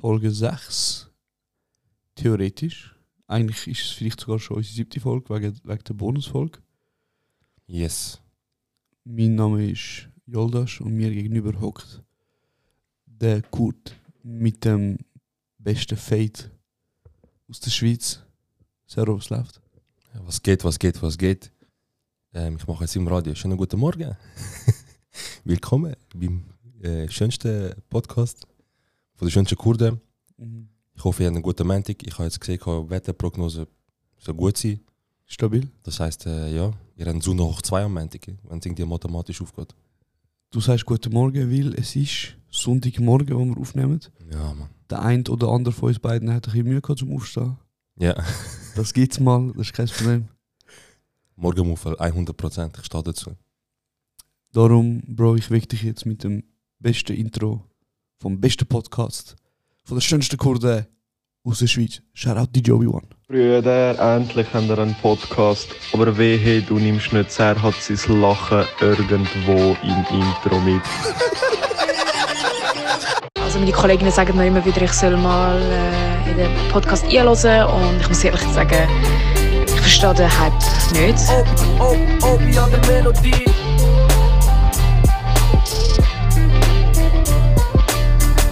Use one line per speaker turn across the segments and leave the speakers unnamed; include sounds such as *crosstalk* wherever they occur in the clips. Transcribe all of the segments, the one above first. Folge 6. Theoretisch. Eigentlich ist es vielleicht sogar schon unsere siebte Folge wegen, wegen der Bonusfolge.
Yes.
Mein Name ist Joldas und mir gegenüber hockt der Kurt mit dem besten Fade aus der Schweiz. Servus, was läuft?
Was geht, was geht, was geht? Ähm, ich mache jetzt im Radio. Schönen guten Morgen. *laughs* Willkommen beim äh, schönsten Podcast von der schönsten Kurden. Ich hoffe, ihr habt einen guten Montag. Ich habe jetzt gesehen, die Wetterprognose soll gut sein.
Stabil.
Das heisst, äh, ja, ihr habt Sonne hoch 2 am Montag, wenn es irgendwie mathematisch aufgeht.
Du sagst guten Morgen, weil es ist Sonntagmorgen, wo wir aufnehmen.
Ja, Mann.
Der eine oder andere von uns beiden hat ein bisschen Mühe gehabt zum Aufstehen.
Ja, *laughs*
Das gibt's mal, das ist kein Problem.
morgen um auf 100%. Ich stehe dazu.
Darum, Bro, ich weck dich jetzt mit dem besten Intro vom besten Podcast von der schönsten Kurde aus der Schweiz. Shoutout DJ Obi-Wan.
Brüder, endlich haben wir einen Podcast. Aber wehe, du nimmst nicht sehr, hat sein Lachen irgendwo im Intro mit.
Also meine Kolleginnen sagen mir immer wieder, ich soll mal äh, in den Podcast einhören und ich muss ehrlich sagen, ich verstehe den Hype nicht.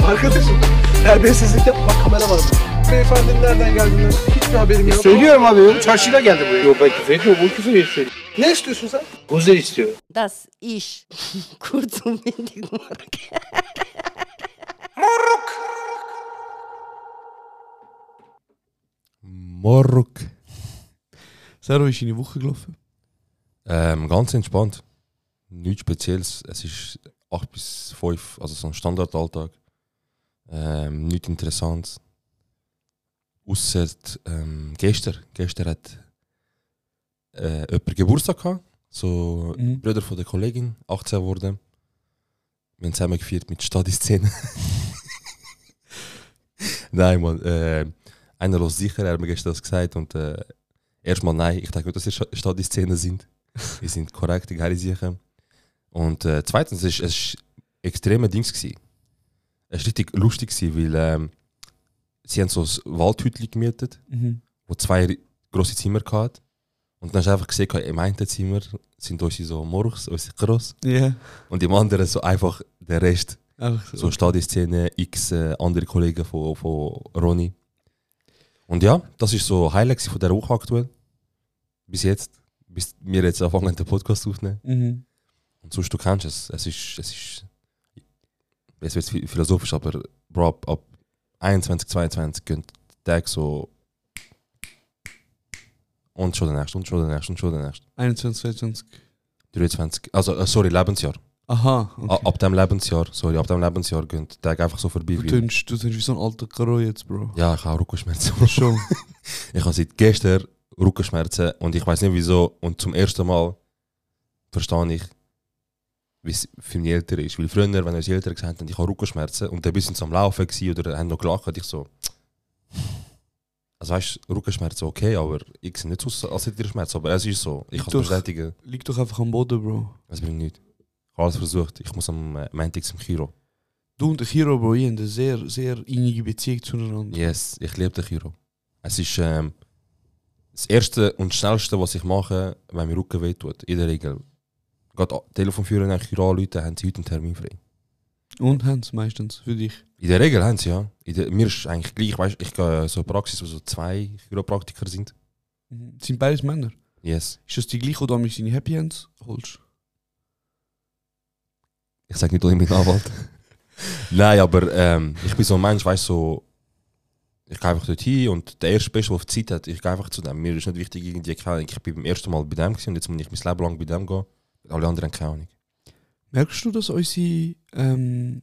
Arkadaşım terbiyesizlik yapma kamera var. Beyefendi nereden geldiğinden hiçbir haberim yok.
Söylüyorum abi. Çarşıyla geldi buraya.
Yok ben küfür etmiyorum. Bu küfür etsin. Ne istiyorsun sen? Buzzer istiyor.
dass ich *laughs* kurz und windig morgen.
Morg.
Sarah, wie ist deine Woche gelaufen?
Ähm, ganz entspannt. Nichts Spezielles. Es ist 8 bis 5, also so ein Standardalltag. Ähm, nichts Interessantes. Außer ähm, gestern. Gestern hat äh, jemand Geburtstag gehabt. So
Mhm.
Brüder von der Kollegin, 18 geworden. Wir haben zusammen gefeiert mit Stadiszene. *laughs* nein, Mann. Äh, einer los sicher, er hat mir gestern das gesagt. Und äh, erstmal nein, ich denke nicht, dass ihr Stadiszene sind. Wir sind korrekt, die Geile sicher. Und äh, zweitens, es war ein extremer Dings. Gewesen. Es war richtig lustig, gewesen, weil ähm, sie haben so ein Waldhütchen gemietet,
Mhm.
wo zwei ri- grosse Zimmer hatten. Und dann hast du einfach gesehen, im einen Zimmer sind unsere so Morchs, unsere Gross,
Ja,
und im anderen so einfach der Rest.
einfach
So Stadiszene, x äh, andere Kollegen von, von Ronny. Und ja, das ist so Highlight gewesen von der Woche aktuell. Bis jetzt. Bis wir jetzt anfangen, den Podcast aufzunehmen.
Mhm.
Und sonst, du kennst es. Es ist. Es ist es wird viel- philosophisch, aber bro, ab, ab 21, 22 gehen die Tage so. Und schon der nächste, und schon der nächste, und schon der nächste.
21, 22.
23. Also, äh, sorry, Lebensjahr.
Aha,
A-
okay.
Ab dem Lebensjahr, sorry, ab dem Lebensjahr gehen die Tage einfach so vorbei.
Du
wie-
tönst, du tönst Ah, wie so ein alter Karo jetzt, Bro.
Ja, ich habe Rückenschmerzen.
*laughs* Schon.
Ich habe seit gestern Rückenschmerzen und ich weiß nicht wieso. Und zum ersten Mal verstehe ich, wie es für meine Eltern ist. Weil früher, wenn unsere Eltern gesagt haben, ich habe Rückenschmerzen und dann sind sie am Laufen gewesen oder haben noch gelacht, ich so. Also weißt du, Rückenschmerzen okay, aber ich sehe nicht aus, als hätte ich Schmerzen. Aber es ist so. Ich kann es
Doch.
bestätigen.
Lieg doch einfach am Boden, Bro.
Es bringt nichts. Ich habe alles versucht. Ich muss am äh, Montag zum Chiro.
Du und der Chiro, Bro, ihr habt eine sehr, sehr innige Beziehung zueinander.
Yes, ich liebe den Chiro. Es ist ähm, das Erste und Schnellste, was ich mache, wenn mir Rücken wehtut. In der Regel. Geht a- Telefon führen, nach Chiro anrufen, haben sie heute einen Termin frei.
Und haben es meistens für dich.
In der Regel haben sie, ja. In der, mir ist eigentlich gleich, weißt, ich gehe so eine Praxis, wo so zwei Chiropraktiker sind.
Mhm. Sind beides Männer.
Yes.
Ist das die gleiche, wo du amigs deine Happy Ends holst?
Ich sage nicht, dass ich mit Anwalt. *laughs* Nein, aber ähm, ich bin so ein Mensch, weißt du, so, ich gehe einfach dorthin und der erste Beste, der auf die Zeit hat, ich gehe einfach zu dem. Mir ist nicht wichtig, irgendwie, keine Ahnung. Ich bin beim ersten Mal bei dem gewesen und jetzt muss ich mein Leben lang bei dem gehen. Alle anderen haben keine Ahnung.
Merkst du, dass unsere, ähm,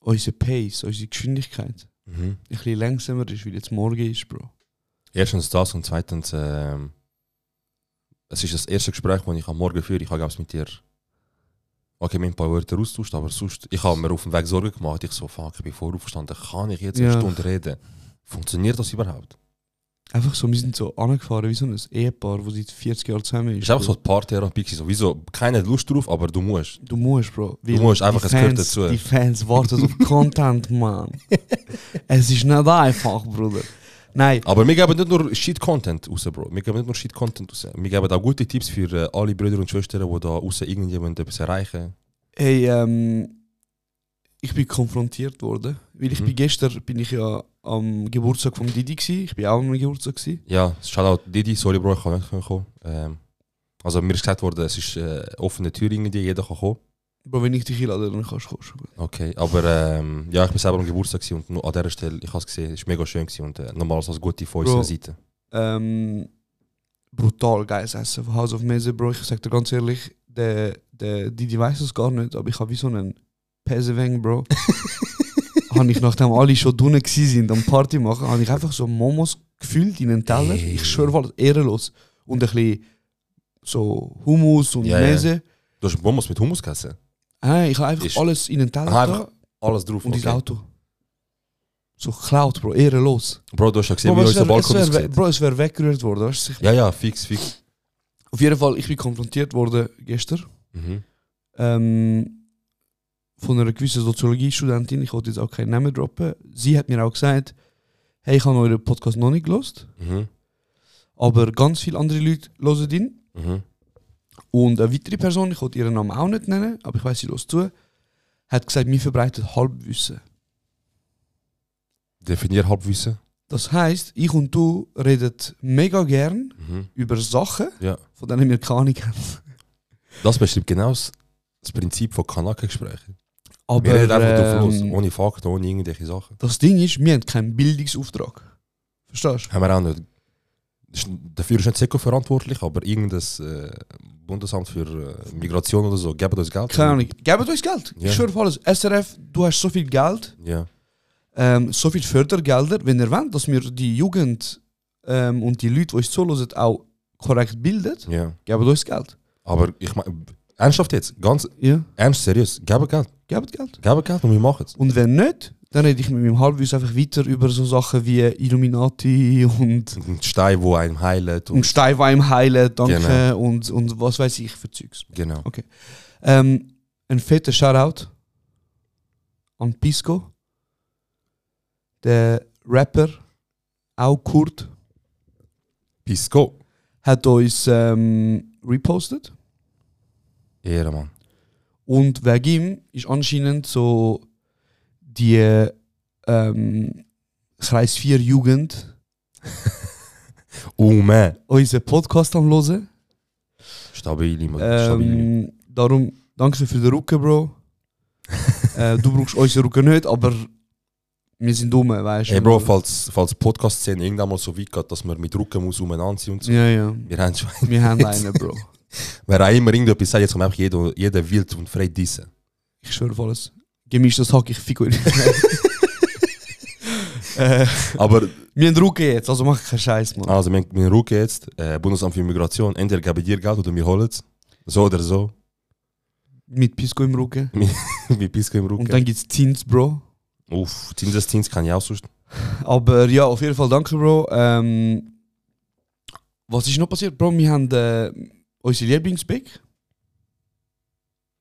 unsere Pace, unsere Geschwindigkeit
Mhm.
ein bisschen langsamer ist, weil jetzt morgen ist, Bro?
Erstens das und zweitens, ähm, es ist das erste Gespräch, das ich am Morgen führe. Ich habe es mit dir. Okay, wir haben ein paar Wörter austauscht, aber sonst. Ich habe mir auf dem Weg Sorgen gemacht. Ich so, fuck, ich bin voraufgestanden. Kann ich jetzt eine
Ja.
Stunde reden? Funktioniert das überhaupt?
einfach so, wir sind so angefahren wie so ein Ehepaar, wo seit 40 Jahren zusammen ist.
ist einfach
Bro.
so die Paartherapie. gewesen, So, wieso? Keine Lust drauf, aber du musst.
Du musst, Bro. weil
musst einfach,
die
es gehört
Fans-
dazu.
Die Fans warten
*laughs*
auf Content, Mann. es ist nicht einfach, Bruder. Nein,
Aber wir geben nicht nur Shit-Content raus, Bro. Wir geben nicht nur Shit-Content raus. Wir geben auch gute Tipps für äh, alle Brüder und Schwestern, die da außen irgendjemand etwas erreichen.
hey, ähm, ich bin konfrontiert worden, weil ich
Mhm.
bin gestern bin ich ja am Geburtstag von Didi gsi. Ich bin auch am Geburtstag gsi.
Ja, Shoutout Didi. Sorry, Bro, ich kann nicht kommen. Ähm, also mir ist gesagt worden, es ist äh, offene Tür irgendwie, jeder kann kommen.
Bro, wenn ich dich einlade, dann kannst du kommen.
Okay, aber ähm, ja, ich bin selber am Geburtstag gewesen und nur an dieser Stelle, ich habe es gesehen, es war mega schön gewesen und äh, nochmals als gute von
Bro.
unserer Seite.
ähm, brutal geiles Essen von House of Mese, Bro. Ich sag dir ganz ehrlich, der, der, die, die weiß es gar nicht, aber ich habe wie so einen Pesewang,
*laughs*
Bro. habe ich, nachdem alle schon drinnen gsi sind am Party machen, habe ich einfach so Momos gefüllt in den Teller.
Ey.
Ich schwöre, war ehrenlos. Und ein bisschen so Hummus und
Ja, ja.
Mese.
Du hast Bombos mit Hummus gegessen?
Nein, ich habe einfach
Ist-
alles in den Teller
Aha,
getan
einfach alles drauf.
und ins
okay.
Auto. So geklaut, Bro, ehrenlos.
Bro, du hast ja gesehen,
Bro,
wie
es
unser
wäre
Balkon
wär,
aussieht.
Bro, es wär weggerührt worden, weißt du? Ich-
Ja, ja, fix, fix.
Auf jeden Fall, ich bin konfrontiert worden gestern
Mhm.
ähm, von einer gewissen Soziologiestudentin. Ich wollte jetzt auch keinen Namen droppen. Sie hat mir auch gesagt, hey, ich habe euren Podcast noch nicht gelost,
Mhm.
aber ganz viele andere Leute hören ihn.
Mhm.
Und eine weitere Person, ich wollte ihren Namen auch nicht nennen, aber ich weiß, sie hört zu, hat gesagt, mir verbreitet Halbwissen.
Definier Halbwissen.
Das heißt, ich und du redet mega gern
Mhm.
über Sachen,
Ja.
von denen wir keine Ahnung haben.
Das beschreibt genau das, das Prinzip von Kanaka-Gesprächen.
Aber
Wir reden einfach drauf los,
ähm,
ohne Fakten, ohne irgendwelche Sachen.
das Ding ist, wir haben keinen Bildungsauftrag. Verstehst du?
Haben wir auch nicht. Das ist- Dafür ist nicht SECO verantwortlich, aber irgendein äh, Bundesamt für äh, Migration oder so, geben uns Geld.
Keine Ahnung. Gebt uns Geld.
Ja.
Ich schwöre auf alles. SRF, du hast so viel Geld,
Ja.
ähm, so viel Fördergelder, wenn ihr wollt, dass wir die Jugend ähm, und die Leute, die uns zuhören, auch korrekt bildet,
Ja.
gebt uns Geld.
Aber ich meine, ernsthaft jetzt, ganz
Ja.
ernst, seriös, geben Geld,
Gebt Geld.
geben Geld und wir machen es.
Und wenn nicht, dann rede ich mit meinem Halbwiss einfach weiter über so Sachen wie eh, Illuminati und,
Ein Stein, der einem heilt. Und,
und Steinwein heilen, danke und, und was weiß ich für Zeugs.
genau.
Ähm, ein fetter Shoutout an Pisco, der Rapper, auch Kurt,
Pisco.
hat uns ähm, repostet.
Ehre, Mann.
Und wegen ihm ist anscheinend so die ähm, Kreis 4 Jugend
Oh, man.
unseren Podcast am Hören.
Stabile, Mann. Stabile.
Ähm, darum, danke für den Rücken, Bro. äh, du brauchst unseren Rücken nicht, aber wir sind dumm, weißt du?
Ey, Bro, falls, falls Podcast-Szene irgendwann mal so weit geht, dass man mit Rücken muss umeinander ziehen und so. *laughs*
Ja, ja.
Wir haben schon,
Wir *laughs* haben einen, Bro.
wer auch immer irgendetwas sagt, jetzt kommt einfach jeder, jeder wild und
*laughs*
frei dissen.
Ich schwöre auf alles. Gemischtes Hack, ich fick *laughs* euch. äh,
Aber,
wir haben Ruhe jetzt, also mach keinen Scheiß, Mann.
also, wir, wir rucken jetzt, äh, Bundesamt für Migration, entweder geben dir Geld oder wir holen es. So oder so. *laughs*
Mit Pisco im Rücken.
Wie Pisco im Rücken.
Und dann gibt's Zins, Bro.
Uff, Zinseszins kann ich auch sonst.
Aber ja, auf jeden Fall danke, Bro. Ähm, was ist noch passiert, Bro? Wir haben äh, unsere Lieblingsback,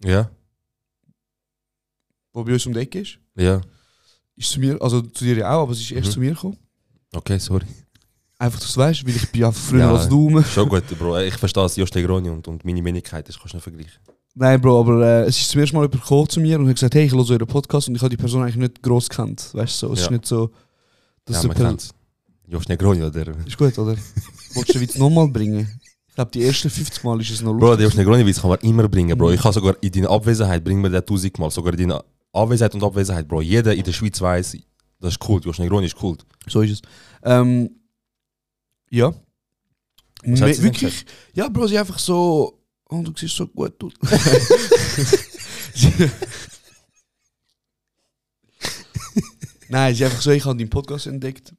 Ja,
der bei uns um die Ecke ist.
ja.
Ist zu mir, also zu dir ja auch, aber es ist erst
Mhm.
zu mir gekommen. *laughs*
Okay, sorry.
Einfach, dass du weißt, weil ich bin einfach früher
Ja.
als du. Mann.
Schon gut, Bro. Ich verstehe es, Jost Negroni und, und meine Männlichkeit, das kannst du nicht vergleichen.
Nein, Bro, aber äh, es ist zum ersten Mal jemand gekommen zu mir und hat gesagt, hey, ich höre euren Podcast und ich habe die Person eigentlich nicht gross gekannt. Weißt du, so, es
Ja.
ist nicht so, dass
ja,
der
man
Per-
kennt's. Jost Negroni, oder?
Ist gut,
*laughs*
oder? Wolltest du den Witz nochmal bringen? Ich glaube, die ersten 50 Mal ist es noch
Bro, der Jost Negroni-Witz kann man immer bringen, Bro. Ich kann sogar in deiner Abwesenheit bringen wir den tausendmal. Sogar in deiner Anwesenheit und Abwesenheit, Bro. Jeder in der Schweiz weiß, das ist Kult. Jost Negroni ist Kult.
So ist es. Ähm, ja.
hat
Me-
sie denn
wirklich? Ja, Bro, sie einfach so. Oh, du siehst so gut
*laughs*
aus. Sie- Nein, sie einfach so, ich habe deinen Podcast entdeckt.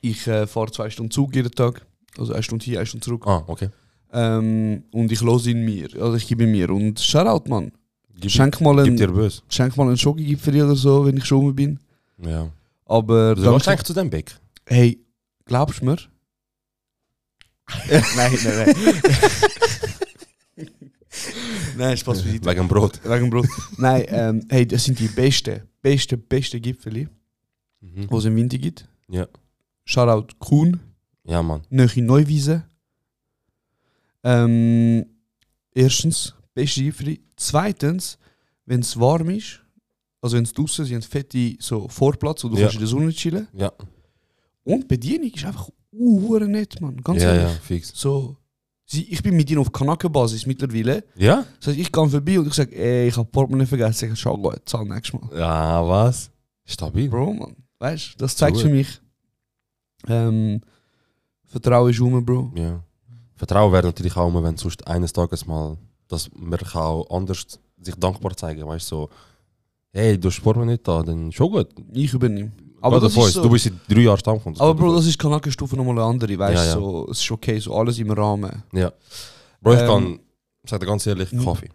Ich äh, fahre zwei Stunden Zug jeden Tag. Also eine Stunde hier, eine Stunde zurück.
Ah, okay.
Ähm, und ich los ihn mir. Also ich gebe ihn mir. Und Shoutout, Mann.
Gib,
Schenk mal
gib
einen,
dir böse.
schenk mal einen Schokogipfel oder so, wenn ich schon mal bin.
Ja.
Aber
Also,
danke.
was denkst du zu dem Beck?
Hey, Glaubst du mir? nein, nein, *laughs* nein. nein, Spaß beiseite.
Wegen dem Brot.
Wegen dem Brot. Nein, ähm, hey, das sind die besten, besten, besten Gipfeli, die es im Winter gibt.
Ja.
Shoutout Kuhn,
Ja, Mann.
Nöchi Neuwiese. Ähm, erstens, beste Gipfeli. Zweitens, wenn es warm ist, also wenn es draußen ist, sie haben fette so Vorplatz, wo du
Ja.
kannst in der Sonne chillen.
Ja.
Und die Bedienung ist einfach uhr nett, Mann. Ganz
ja,
ehrlich.
ja, fix.
So, sie, ich bin mit ihnen auf Kanakenbasis mittlerweile.
Ja?
Das heißt, ich komme vorbei und ich sage, ey, ich habe Portemonnaie vergessen. Ich sage, schau gut, zahl nächstes Mal.
Ja, was? Stabil.
Bro, Mann, weißt du, das zeigt
Gut.
für mich, ähm, Vertrauen ist rum, Bro.
Ja. Vertrauen wäre natürlich auch immer, wenn sonst eines Tages mal, dass man kann auch anders sich dankbar zeigen Weißt du, so, hey, du sport mir nicht da, dann schon gut.
Ich übernehme.
Aber
Aber das ist so,
Du bist seit drei Jahren Stammkunde.
aber Bro, das ist Kanakenstufe nochmal eine andere, weißt du,
Ja, ja.
so, es ist okay, so alles im Rahmen.
Bro, ich
ähm,
kann, ich sag dir ganz ehrlich,
Mhm.
Kaffee.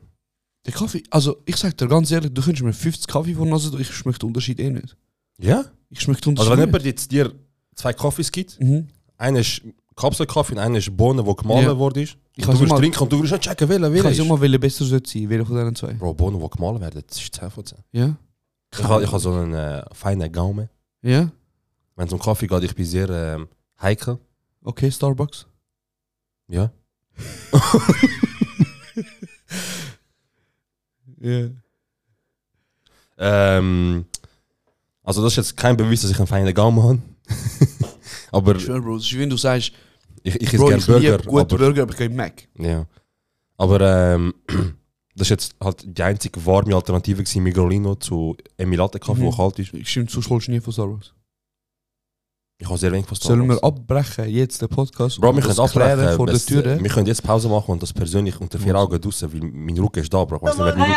Der Kaffee, also ich sag dir ganz ehrlich, du könntest mir 50 Kaffee von Nase, tun, ich schmecke den Unterschied eh nicht.
Ja?
Ich schmecke den Unterschied
Also wenn
nicht.
jemand jetzt dir zwei Kaffees gibt,
Mhm.
einer ist Kapselkaffee und einer ist Bohnen, die gemahlen
Ja.
worden ist,
Ich
und
weiß
du wirst
immer-
trinken und du wirst nicht checken, welcher
Ich
welcher
weiß
ist.
nicht mal, welche besser sollte sein, welche von diesen zwei.
Bro, Bohnen, die gemahlen werden, das ist 10 von 10.
Ja?
Ich habe ich ha so einen äh, feinen Gaumen.
Ja?
Wenn es um Kaffee geht, ich bin sehr ähm, heikel.
Okay, Starbucks.
Ja.
*laughs* Ja.
Ähm, also das ist jetzt kein Beweis, dass ich einen feinen Gaumen *laughs* habe. aber
Ich schwör, Bro, es ist wie wenn du sagst,
ich, ich esse
Bro,
gerne
ich liebe
Burger.
gute
Aber,
Burger, aber ich gehe Mac.
Ja. aber *clears throat* ähm, das ist jetzt halt die einzige warme Alternative gewesen, Migrolino zu Emilate Kaffee,
Mhm.
der kalt ist.
Stimmt, sonst holst du nie von Starbucks.
Ich habe sehr wenig von
Sollen wir
Starbucks.
abbrechen jetzt den Podcast?
Bro,
und
wir
das
können abbrechen.
klären vor der
das-
Tür?
Wir können jetzt Pause machen und das persönlich unter vier Augen draussen, weil mein Rücken ist da, Bro. Ich weiß nicht, wer mein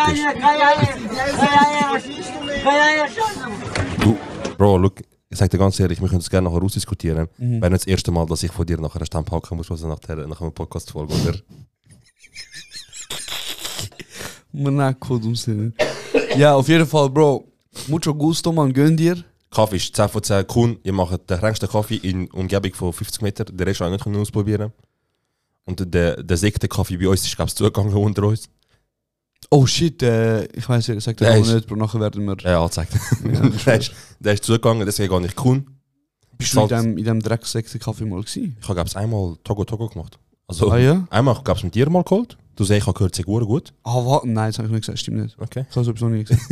Rücken ist. Du, Bro, look, ich sag dir ganz ehrlich, wir können das gerne nachher ausdiskutieren.
Mhm.
Wäre nicht das erste Mal, dass ich von dir nachher einen Stamp hacken muss, was nach, der, nach einer Podcast-Folge, oder?
Monaco, du Sinne. Ja, auf jeden Fall, Bro. Mucho gusto, man, gönn dir.
Kaffee ist 10 von 10 Kuhn. Ihr macht den kränksten Kaffee in Umgebung von 50 Metern. Den Rest haben wir nicht können ausprobieren. Und der, der sechste Kaffee bei uns ist, glaube ich, zugegangen unter uns.
Oh shit, äh, ich weiß ehrlich gesagt
Der
auch
ist-
nicht, Bro, nachher werden wir...
Ja, anzeigt.
Ja,
*laughs*
ich
Äh, der, ist, der ist zugegangen, deswegen gar nicht Kuhn.
Bist du in
Salz.
dem, in dem drecksäcksten Kaffee mal gewesen?
Ich habe, glaube ich, einmal Togo Togo gemacht. Also,
Ah ja?
einmal habe ich es mit dir mal geholt. Du sagst, ich habe gehört, es sei gut, gut.
Ah, wa- Nein, das habe ich nicht gesagt, stimmt nicht.
Okay.
Ich habe sowieso nie gesagt.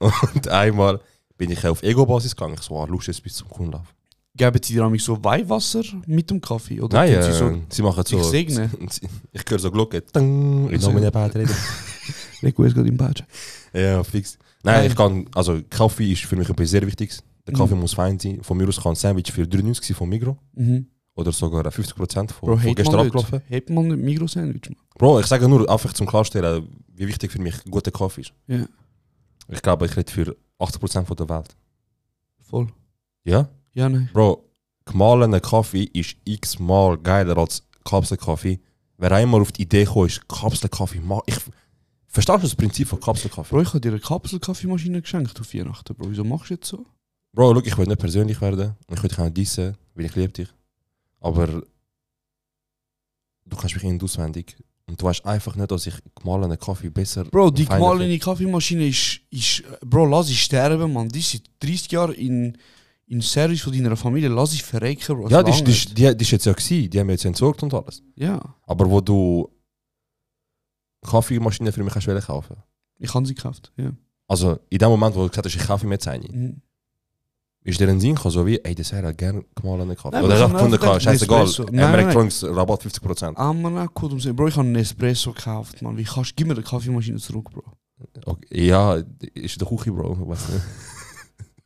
Und einmal bin ich auf Ego-Basis gegangen. Ich so, ah, lustig, jetzt bis zum Kuhn laufen.
Geben sie dir nämlich so Weihwasser mit dem Kaffee? Oder
Nein,
tun
äh,
sie
sie,
so
machen so.
Ich
*laughs*
segne.
Ich höre so Glocke. Tang, ich
Ich segne.
nehme Bad reden.
Leg gut, es geht im Badge.
Ja, fix. Nein,
Nein.
ich kann, also Kaffee ist für mich etwas sehr Wichtiges. Der Kaffee
Mhm.
muss fein sein. Von mir aus kann ein Sandwich für 93 sein von Migro
Mhm.
oder sogar 50% von,
Bro,
von
hate
gestern
man nicht.
abgelaufen.
Hate man nicht Migros-Sandwich, man.
Bro, ich sage nur einfach zum Klarstellen, wie wichtig für mich guter Kaffee ist.
Ja.
Ich glaube, ich rede für 80% von der Welt.
Voll.
Ja?
Ja, nein.
Bro, gemahlener Kaffee ist x-mal geiler als Kapselkaffee. Wer einmal auf die Idee kommt, ist Kapselkaffee. ma- Ich, verstehst du das Prinzip von Kapselkaffee?
Bro, ich habe dir eine Kapselkaffeemaschine geschenkt auf Weihnachten, Bro. Wieso machst du jetzt so?
Bro, look, ich will nicht persönlich werden. Ich will dich auch nicht dissen, weil ich liebe dich. Aber du kannst mich in- und auswendig. Und du weißt einfach nicht, dass ich gemahlenen Kaffee besser.
Bro, die
und feiner finde.
gemahlene Kaffeemaschine ist, ist... Bro, lass sie sterben, man. Die ist seit 30 Jahren in, in Service von deiner Familie. Lass sie verrecken, Bro.
Ja,
Es
die, ist- die,
langt.
ist- die, die ist jetzt ja gewesen. Die haben wir jetzt entsorgt und alles.
Ja,
Aber wo du Kaffeemaschine für mich kannst wollen kaufen.
ich habe sie gekauft, ja.
Also in dem Moment, wo du gesagt hast, ich kaufe mir jetzt eine,
Mhm.
ist dir ein Sinn gekommen, so wie, ey, das wäre gerne gemahlenen Kaffee.
Nein,
Oder
wir
ich habe
haben einfach gedacht,
gefunden, kann, scheißegal,
Nespresso. Nein, nein,
American
nein.
Trunks, Rabatt 50%.
Ah, man, ah, gut, um sie- Bro, ich habe einen Espresso gekauft, man. Wie kannst du... Gib mir die Kaffeemaschine zurück, Bro.
Okay. Ja, ist der Küche, Bro. Weißt du?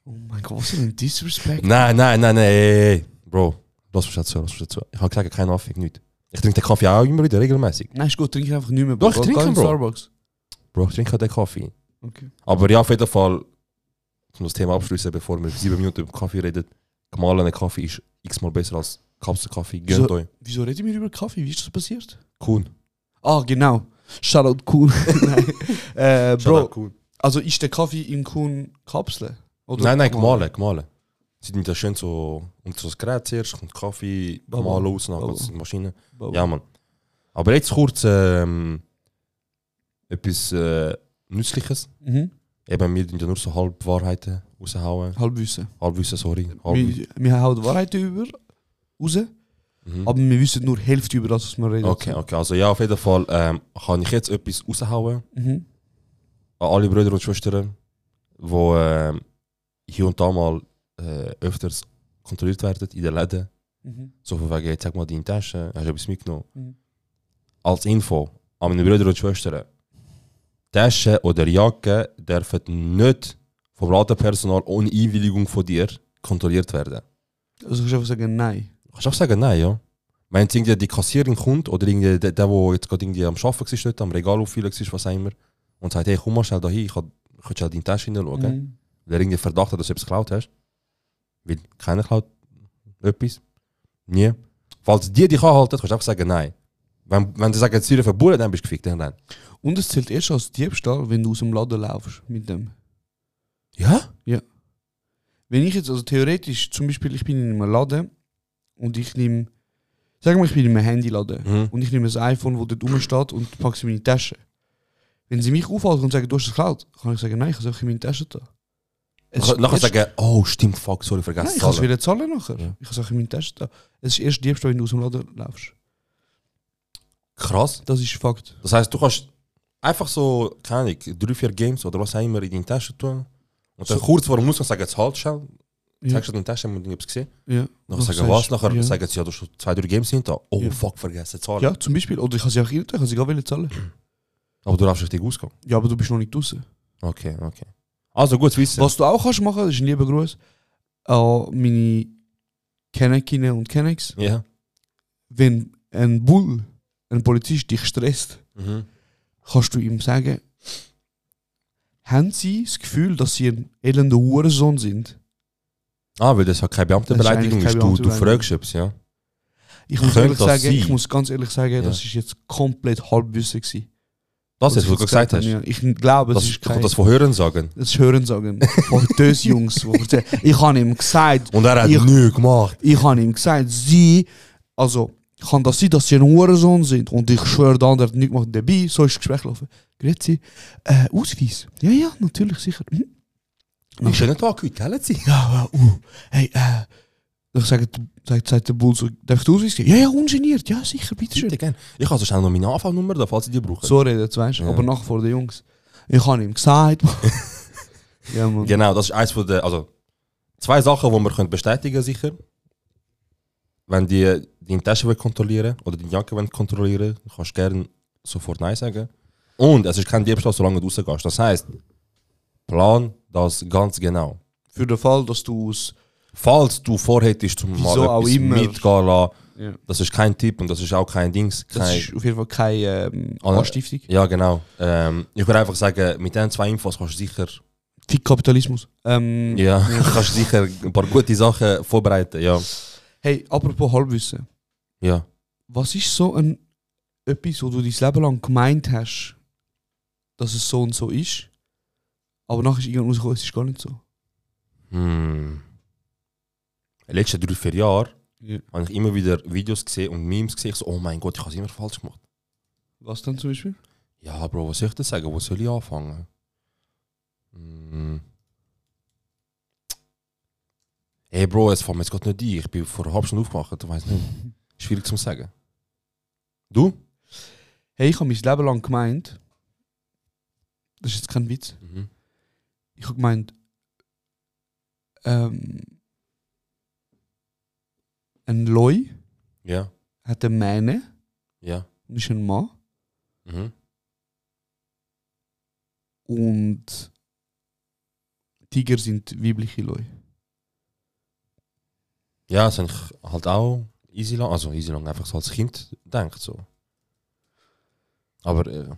Oh mein Gott, was für ein Disrespect.
Nein, nein, nein, nein, ey, ey. Bro, lass mich dazu, lass mich dazu. Ich habe gesagt, kein Anfang, nicht. Ich trinke den Kaffee auch immer wieder regelmäßig.
Nein, ist gut, trink einfach nicht mehr,
Doch, ich
Geh
trinke
in
ihn, Bro.
Starbucks.
Bro, ich trinke den Kaffee.
Okay.
Aber ja, auf jeden Fall, um das Thema abschließen, bevor wir sieben Minuten über Kaffee reden, gemahlener Kaffee ist x-mal besser als Kapselkaffee. Gönnt
So-
euch.
Wieso reden wir über Kaffee? Wie ist das passiert?
Kuhn.
Ah, genau. Shoutout *laughs* Kuhn. Nein. äh, Bro,
Kuhn.
also ist der Kaffee in Kuhn Kapseln? Oder
Nein, nein, gemahlen, gemahlen. Sie tun das schön so unter so das Gerät zuerst, kommt Kaffee,
Bubble.
mal los, dann
Bubble.
geht es in die Maschine.
Baba.
Ja, Mann. Aber jetzt kurz ähm, etwas äh, Nützliches.
Mhm.
Eben, wir tun ja nur so halb Wahrheiten raushauen.
Halbwissen.
Halbwissen, sorry. Halb,
Wir, wir hauen die Wahrheit über, raus,
mhm.
aber wir wissen nur die Hälfte über das, was wir reden.
Okay, okay. Also ja, auf jeden Fall ähm, kann ich jetzt etwas raushauen
Mhm.
an alle Brüder und Schwestern, die ähm, hier und da mal äh, öfters kontrolliert werden in den Läden.
Mhm.
So von wegen, jetzt sag mal deine Tasche, hast du etwas mitgenommen?
Mhm.
Als Info an meine Brüder und Schwestern. Taschen oder Jacken dürfen nicht vom Ladenpersonal ohne Einwilligung von dir kontrolliert werden.
Also kannst du einfach sagen, nein.
Du kannst auch sagen, nein, ja. Meint irgendwie die Kassierin kommt oder irgendwie der, der, der jetzt gerade irgendwie am Arbeiten war, dort, am Regal auffüllen war, was auch immer, und sagt, hey, komm mal schnell dahin, ich kann, kannst schnell deine Tasche hineinschauen.
Mhm.
Oder irgendwie Verdacht hat, dass du etwas geklaut hast. Weil keiner klaut etwas. Nie. Falls die dich anhalten, kannst du einfach sagen, nein. Wenn, wenn sie sagen, sie sind verbunden, dann bist du gefickt. Dann, dann.
Und es zählt erst als Diebstahl, wenn du aus dem Laden laufst mit dem.
Ja?
Wenn ich jetzt, also theoretisch, zum Beispiel, ich bin in einem Laden und ich nehme, sagen wir, ich bin in einem Handyladen
Mhm.
und ich nehme das iPhone, das dort rumsteht und packe es in meine Tasche. Wenn sie mich aufhalten und sagen, du hast es geklaut, kann ich sagen, nein, ich habe es einfach in meine Tasche da.
Nachher, nachher sagen, oh stimmt, fuck, sorry,
nein,
vergessen
ich kann es
zu
wieder zahlen nachher.
Ja.
Ich habe es einfach in meine Tasche da. Es ist erst Diebstahl, wenn du aus dem Laden laufst.
Krass.
Das ist Fakt.
Das heisst, du kannst einfach so, keine Ahnung, drei, vier Games oder was auch immer in deine Tasche tun. Und dann
So-
kurz vor dem Ausgang sagen, jetzt halt schnell.
Ja.
Zeigst du deine Tasche, wenn du etwas gesehen
Ja.
Nachher
Nachher
sagen, was?
sagst-
Nachher
ja.
sagen sie, ja, du hast schon zwei, drei Games hinter. Oh
Ja.
fuck, vergessen, zahlen.
Ja, zum Beispiel. Oder ich kann sie auch irrten, ich kann sie gar nicht zahlen.
Aber du darfst richtig ausgehen.
Ja, aber du bist noch nicht draußen.
Okay, okay. Also gut zu wissen.
Was du auch kannst machen, das ist ein lieber Gruß an meine Kennekinnen und Kenneks.
Ja.
Wenn ein Bull, ein Polizist dich stresst,
Mhm.
kannst du ihm sagen, haben sie das Gefühl, dass sie ein elender Hurensohn sind?
Ah, weil das ja keine Beamtenbeleidigung
Das
ist.
ist
Du,
eigentlich
du
keine
fragst etwas, ja.
Ich muss,
Könnte
ehrlich
das
sagen, ich
sein?
muss ganz ehrlich sagen, das ist jetzt komplett halbwissen gewesen.
Das ist, was du
ich
gesagt hast.
Ja, ich glaube,
Das,
es
ich
ist
kann
kein...
das von Hören sagen.
Das ist Hörensagen. Von den Jungs. die erzählen. Ich habe ihm gesagt,
Und er hat
Ich-
nichts gemacht.
ich habe ihm gesagt, sie, also kann das sein, dass sie ein Hurensohn sind und ich schwöre, der andere hat nichts gemacht dabei, so ist das Gespräch gelaufen. Grüezi, äh, Ausweis? Ja, ja, natürlich, sicher. Hm?
Einen schönen Tag heute, gell? Sie?
Ja, äh, uh, hey, äh, ich sage, sagt, sagt der Bull so, darf ich den Ausweis geben? Ja, ja, ungeniert, ja, sicher, bitteschön.
Bitte, gern. Ich habe so schnell noch meine Anfangnummer, da, falls sie die brauchen.
So redet weißt du,
Ja.
aber nach vor den Jungs. Ich habe ihm gesagt. *laughs* ja, Mann.
Genau, das ist eins von der, also zwei Sachen, die wir können bestätigen sicher. Wenn die deine Tasche will kontrollieren oder deine Jacke will kontrollieren, kannst du gerne sofort Nein sagen. Und es ist kein Diebstahl, solange du rausgehst. Das heißt, plan das ganz genau.
Für den Fall, dass du es.
Falls du vorhättest, zum mal
Wieso auch
etwas
immer.
mitgehen lassen,
Ja.
das ist kein Tipp und das ist auch kein Dings. Kein,
Das ist auf jeden Fall keine ähm,
Ah, nein.
Anstiftung.
ja, genau. Ähm, ich würde einfach sagen, mit diesen zwei Infos kannst du sicher,
Fick Kapitalismus. Ähm,
ja, *laughs* kannst du sicher ein paar gute Sachen vorbereiten. Ja,
Hey, apropos Halbwissen.
ja.
Was ist so ein etwas, wo du dein Leben lang gemeint hast, dass es so und so ist, aber nachher ist irgendwann rausgekommen, es ist gar nicht so?
Hm. In den letzten drei, vier Jahren
Ja.
habe ich immer wieder Videos gesehen und Memes gesehen. Ich so, oh mein Gott, ich habe es immer falsch gemacht.
Was dann zum Beispiel?
Ja, Bro, was soll ich denn sagen? Wo soll ich anfangen? Hm. Ey, Bro, es fällt mir jetzt gerade nicht ein. Ich bin vor einer halben Stunde aufgewacht, ich weiß nicht. Schwierig zu sagen. Du?
Hey, ich habe mein Leben lang gemeint, das ist jetzt kein Witz,
Mhm.
ich habe gemeint, ähm, ein Leu
Ja,
hat eine Mähne
ja.
und ist ein Mann.
Mhm.
und Tiger sind weibliche Leute.
Ja, das habe ich halt auch easy lang, also easy lang einfach so als Kind denkt so. Aber äh,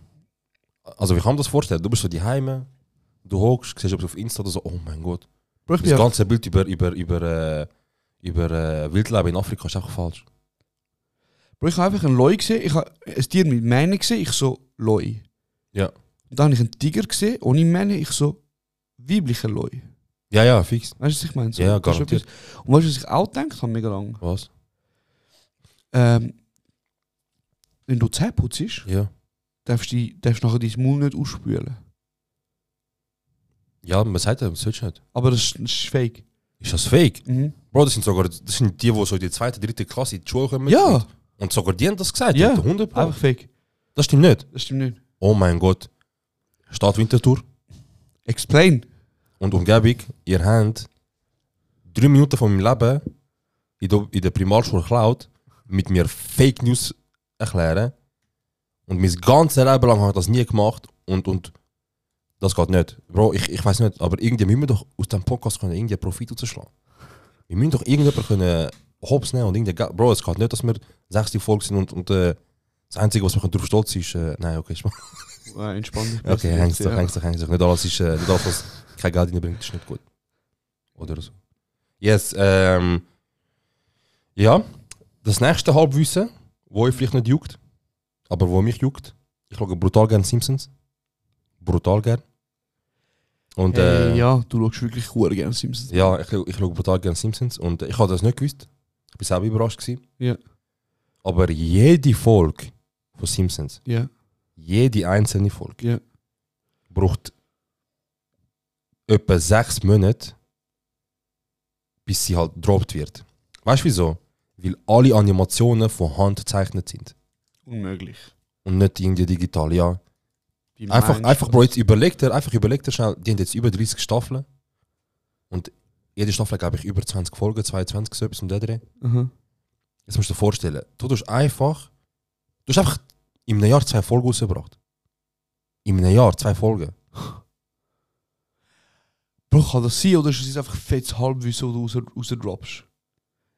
also wie kann man das vorstellen? Du bist so die Heime, du hockst, siehst etwas auf Insta oder so, oh mein Gott.
Bro, ich
Das
bin ja,
ganze Bild über über über äh, über äh, Wildleben in Afrika ist einfach falsch.
Bro, ich habe einfach einen Leu gesehen, ich habe ein Tier mit Mähne gesehen, ich so Leu.
Ja.
Und dann habe ich einen Tiger gesehen, ohne Mähne, ich so weibliche Leu.
Ja, ja, fix.
Weißt du, was ich meine? So, das
Ja,
ist
garantiert.
etwas- Und weißt du, was ich auch gedacht habe, mega lang?
Was?
Ähm, wenn du die Zähne putzt,
Ja.
darfst du die- darfst du nachher dein Maul nicht ausspülen.
Ja, man sagt ja, das sollst du nicht.
Aber das ist, das ist fake.
Ist das fake?
Mhm.
Bro, das sind sogar das sind die, die so in die zweite, dritte Klasse in die Schule kommen.
Ja,
Und, und sogar die haben das gesagt.
Ja.
Ja. 100 Pro.
einfach fake.
Das stimmt nicht.
Das stimmt nicht.
Oh mein Gott. Stadt Winterthur
Explain.
und Umgebung, ihr habt drei Minuten von meinem Leben in der, in der Primarschule geklaut, mit mir Fake News erklären. Und mein ganzes Leben lang habe ich das nie gemacht. Und, und das geht nicht. Bro, ich, ich weiß nicht, aber irgendwie müssen wir doch aus dem Podcast können irgendwie Profit rausschlagen. Wir müssen doch irgendjemanden können hops nehmen und irgendwie. Geld- Bro, es geht nicht, dass wir 60 Folgen sind und, und äh, das Einzige, was wir darauf stolz ist, äh, nein, okay, Spaß.
Äh, entspann dich.
Okay, hängst
Ja.
doch, hängst doch, hängst doch. Nicht alles, ist, äh, nicht alles was kein Geld reinbringt, ist nicht gut. Oder so. Yes, ähm. Ja, das nächste Halbwissen, wo euch vielleicht nicht juckt, aber wo mich juckt. Ich schaue brutal gern Simpsons. Brutal gern. Und,
Hey,
äh, ja,
ja, du schaust wirklich gut gerne Simpsons.
ich, ich schaue brutal gern Simpsons und ich habe das nicht gewusst. Ich bin selber überrascht gewesen.
Ja.
Aber jede Folge von Simpsons
Ja.
jede einzelne Folge
Ja.
braucht etwa sechs Monate, bis sie halt gedroppt wird. Weißt du wieso? Weil alle Animationen von Hand gezeichnet sind.
Unmöglich.
Und nicht irgendwie digital, ja.
Wie
Einfach,
meinst
einfach,
du
Bro,
das?
jetzt überleg dir, einfach überleg dir schnell, die haben jetzt über 30 Staffeln. Und jede Staffel, glaube ich, über 20 Folgen, 22 so etwas und der Dreh.
Aha.
Jetzt musst du dir vorstellen, du tust einfach, du hast einfach in einem Jahr zwei Folgen rausgebracht. In einem Jahr zwei Folgen.
Bro, kann das sein oder ist es einfach fettes Halbwissen, das du raus, rausdroppst?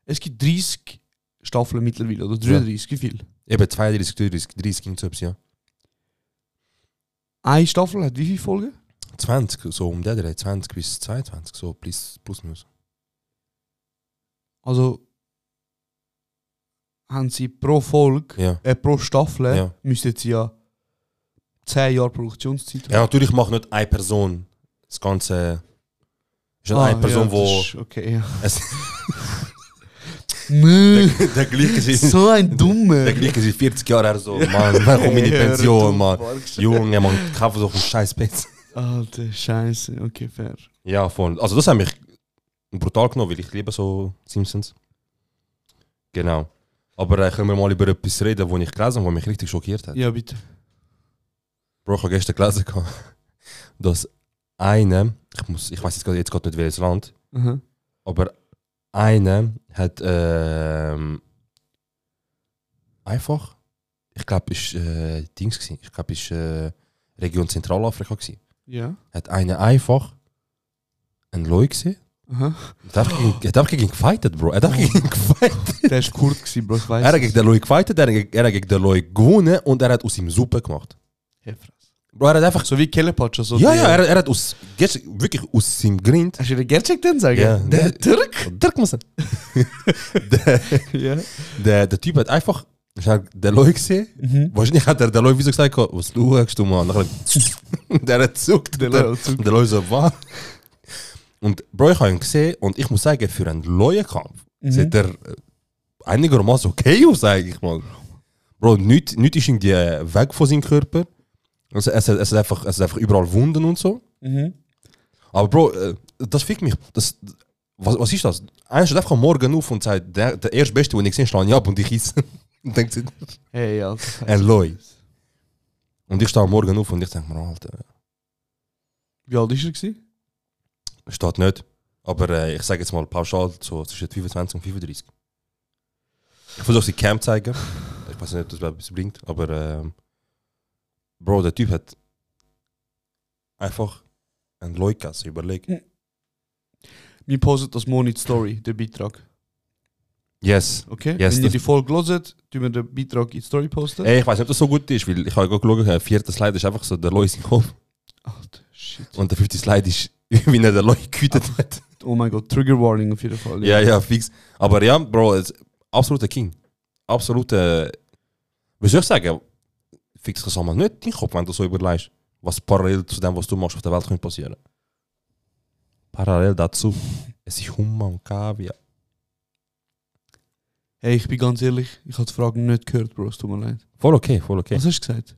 Es gibt 30 Staffeln mittlerweile oder 33, wie viel?
Eben 32, 33, 30 ging es ja.
Eine Staffel hat wie viele Folgen?
20, so um der Dreh, 20 bis 22, so plus, plus minus.
Also haben sie pro Folge,
Ja.
äh, pro Staffel,
Ja.
müssten sie ja 10 Jahre Produktionszeit
ja, natürlich macht nicht eine Person das Ganze. Ist nicht eine Person,
Ah, das
wo
ist- Okay, ja.
*laughs* es,
Nö,
der gleiche *laughs* ist.
so ein Dummer.
Der gleiche ist 40 Jahre her so, Mann, wann komme ich in die
Hör
Pension,
du,
Mann?
Volkssch-
Junge, man, kauf doch einen scheiß Pizza.
Alter, scheiße. Okay, fair.
Ja, voll. Also das hat mich brutal genommen, weil ich liebe so Simpsons. Genau. Aber äh, können wir mal über etwas reden, wo ich gelesen habe, was mich richtig schockiert hat.
Ja, bitte.
Bro, ich habe gestern gelesen, *laughs* gehabt, dass einer, ich, muss, ich weiß jetzt gerade jetzt gerade nicht welches Land,
Aha.
aber einer hat ähm, einfach, ich glaube, ist äh, Dings gewesen, ich glaube, ist äh, Region Zentralafrika gewesen,
Ja.
hat einer einfach einen Leu gesehen,
Aha.
hat einfach gegen, hat einfach gegen ihn gefightet, Bro, er hat einfach gegen
*laughs*
ihn gefightet.
Der ist kurz gewesen, Bro, ich weiß.
*laughs* Er hat gegen den Leu gefightet, er hat gegen- er hat gegen den Leu gewonnen und er hat aus ihm Suppe gemacht. Bro, er hat einfach
So wie Kellepatscha. So
Ja,
die-
ja, er, er hat aus, gest- wirklich aus seinem Grind.
Hast du den Gercek denn sagen?
Ja.
Der Türk?
Dirk muss er- *laughs* der,
*laughs* Ja.
der, der Typ hat einfach. Ich hab den Leute gesehen. Wahrscheinlich hat er den Leute wie so gesagt: Was schaust du mal? Nachher, *laughs* der hat zuckt. Der
Leute hat zuckt.
Der Leute so, was? Und Bro, ich habe ihn gesehen und ich muss sagen, für einen Leuenkampf sieht er äh, einigermaßen okay aus, eigentlich mal. Bro, nichts nicht ist irgendwie äh, weg von seinem Körper. Also, es, hat- es, hat einfach, es hat einfach überall Wunden und so. Aber Bro, äh, das fickt mich. Das, was, was ist das? Einer steht einfach morgen auf und sagt, der, der Erstbeste, den ich sehe, schlage ich ab und ich esse. *laughs* und denkt sich,
Hey, Alter.
ein Leu. Und ich stehe am morgen auf und ich denke mir, Alter,
Wie alt ist er gewesen?
steht nicht. Aber äh, ich sage jetzt mal pauschal, so zwischen 25 und 35. Ich versuche sie Cam zu zeigen. Ich weiß nicht, ob das etwas bringt, aber ähm, Bro, der Typ hat einfach ein Leu gegessen, überleg.
Wir posten das morgen in die Story, den Beitrag.
Yes.
Okay?
Yes,
Wenn ihr
das-
die Folge hört, tun wir den Beitrag in die Story posten.
Ey, ich weiß nicht, ob das so gut ist, weil ich habe gerade geschaut, der vierte Slide ist einfach so der Leu ist im Kopf
Alter, shit.
und der fünfte Slide *laughs* ist, wie er den Leu gehütet hat.
Oh mein Gott, Trigger Warning auf jeden Fall.
Ja, ja, fix. Aber ja, Bro, es ist absoluter King. eh, Absoluter. Wie soll ich sagen? Fix das mal nicht in den Kopf, wenn du so überlegst, was parallel zu dem, was du machst, auf der Welt könnte passieren. Parallel *laughs* dazu es ist Hummer und Kaviar.
Hey, ich bin ganz ehrlich, ich habe die Frage nicht gehört, Bro, es tut mir leid.
Voll okay, voll okay.
Was hast du gesagt?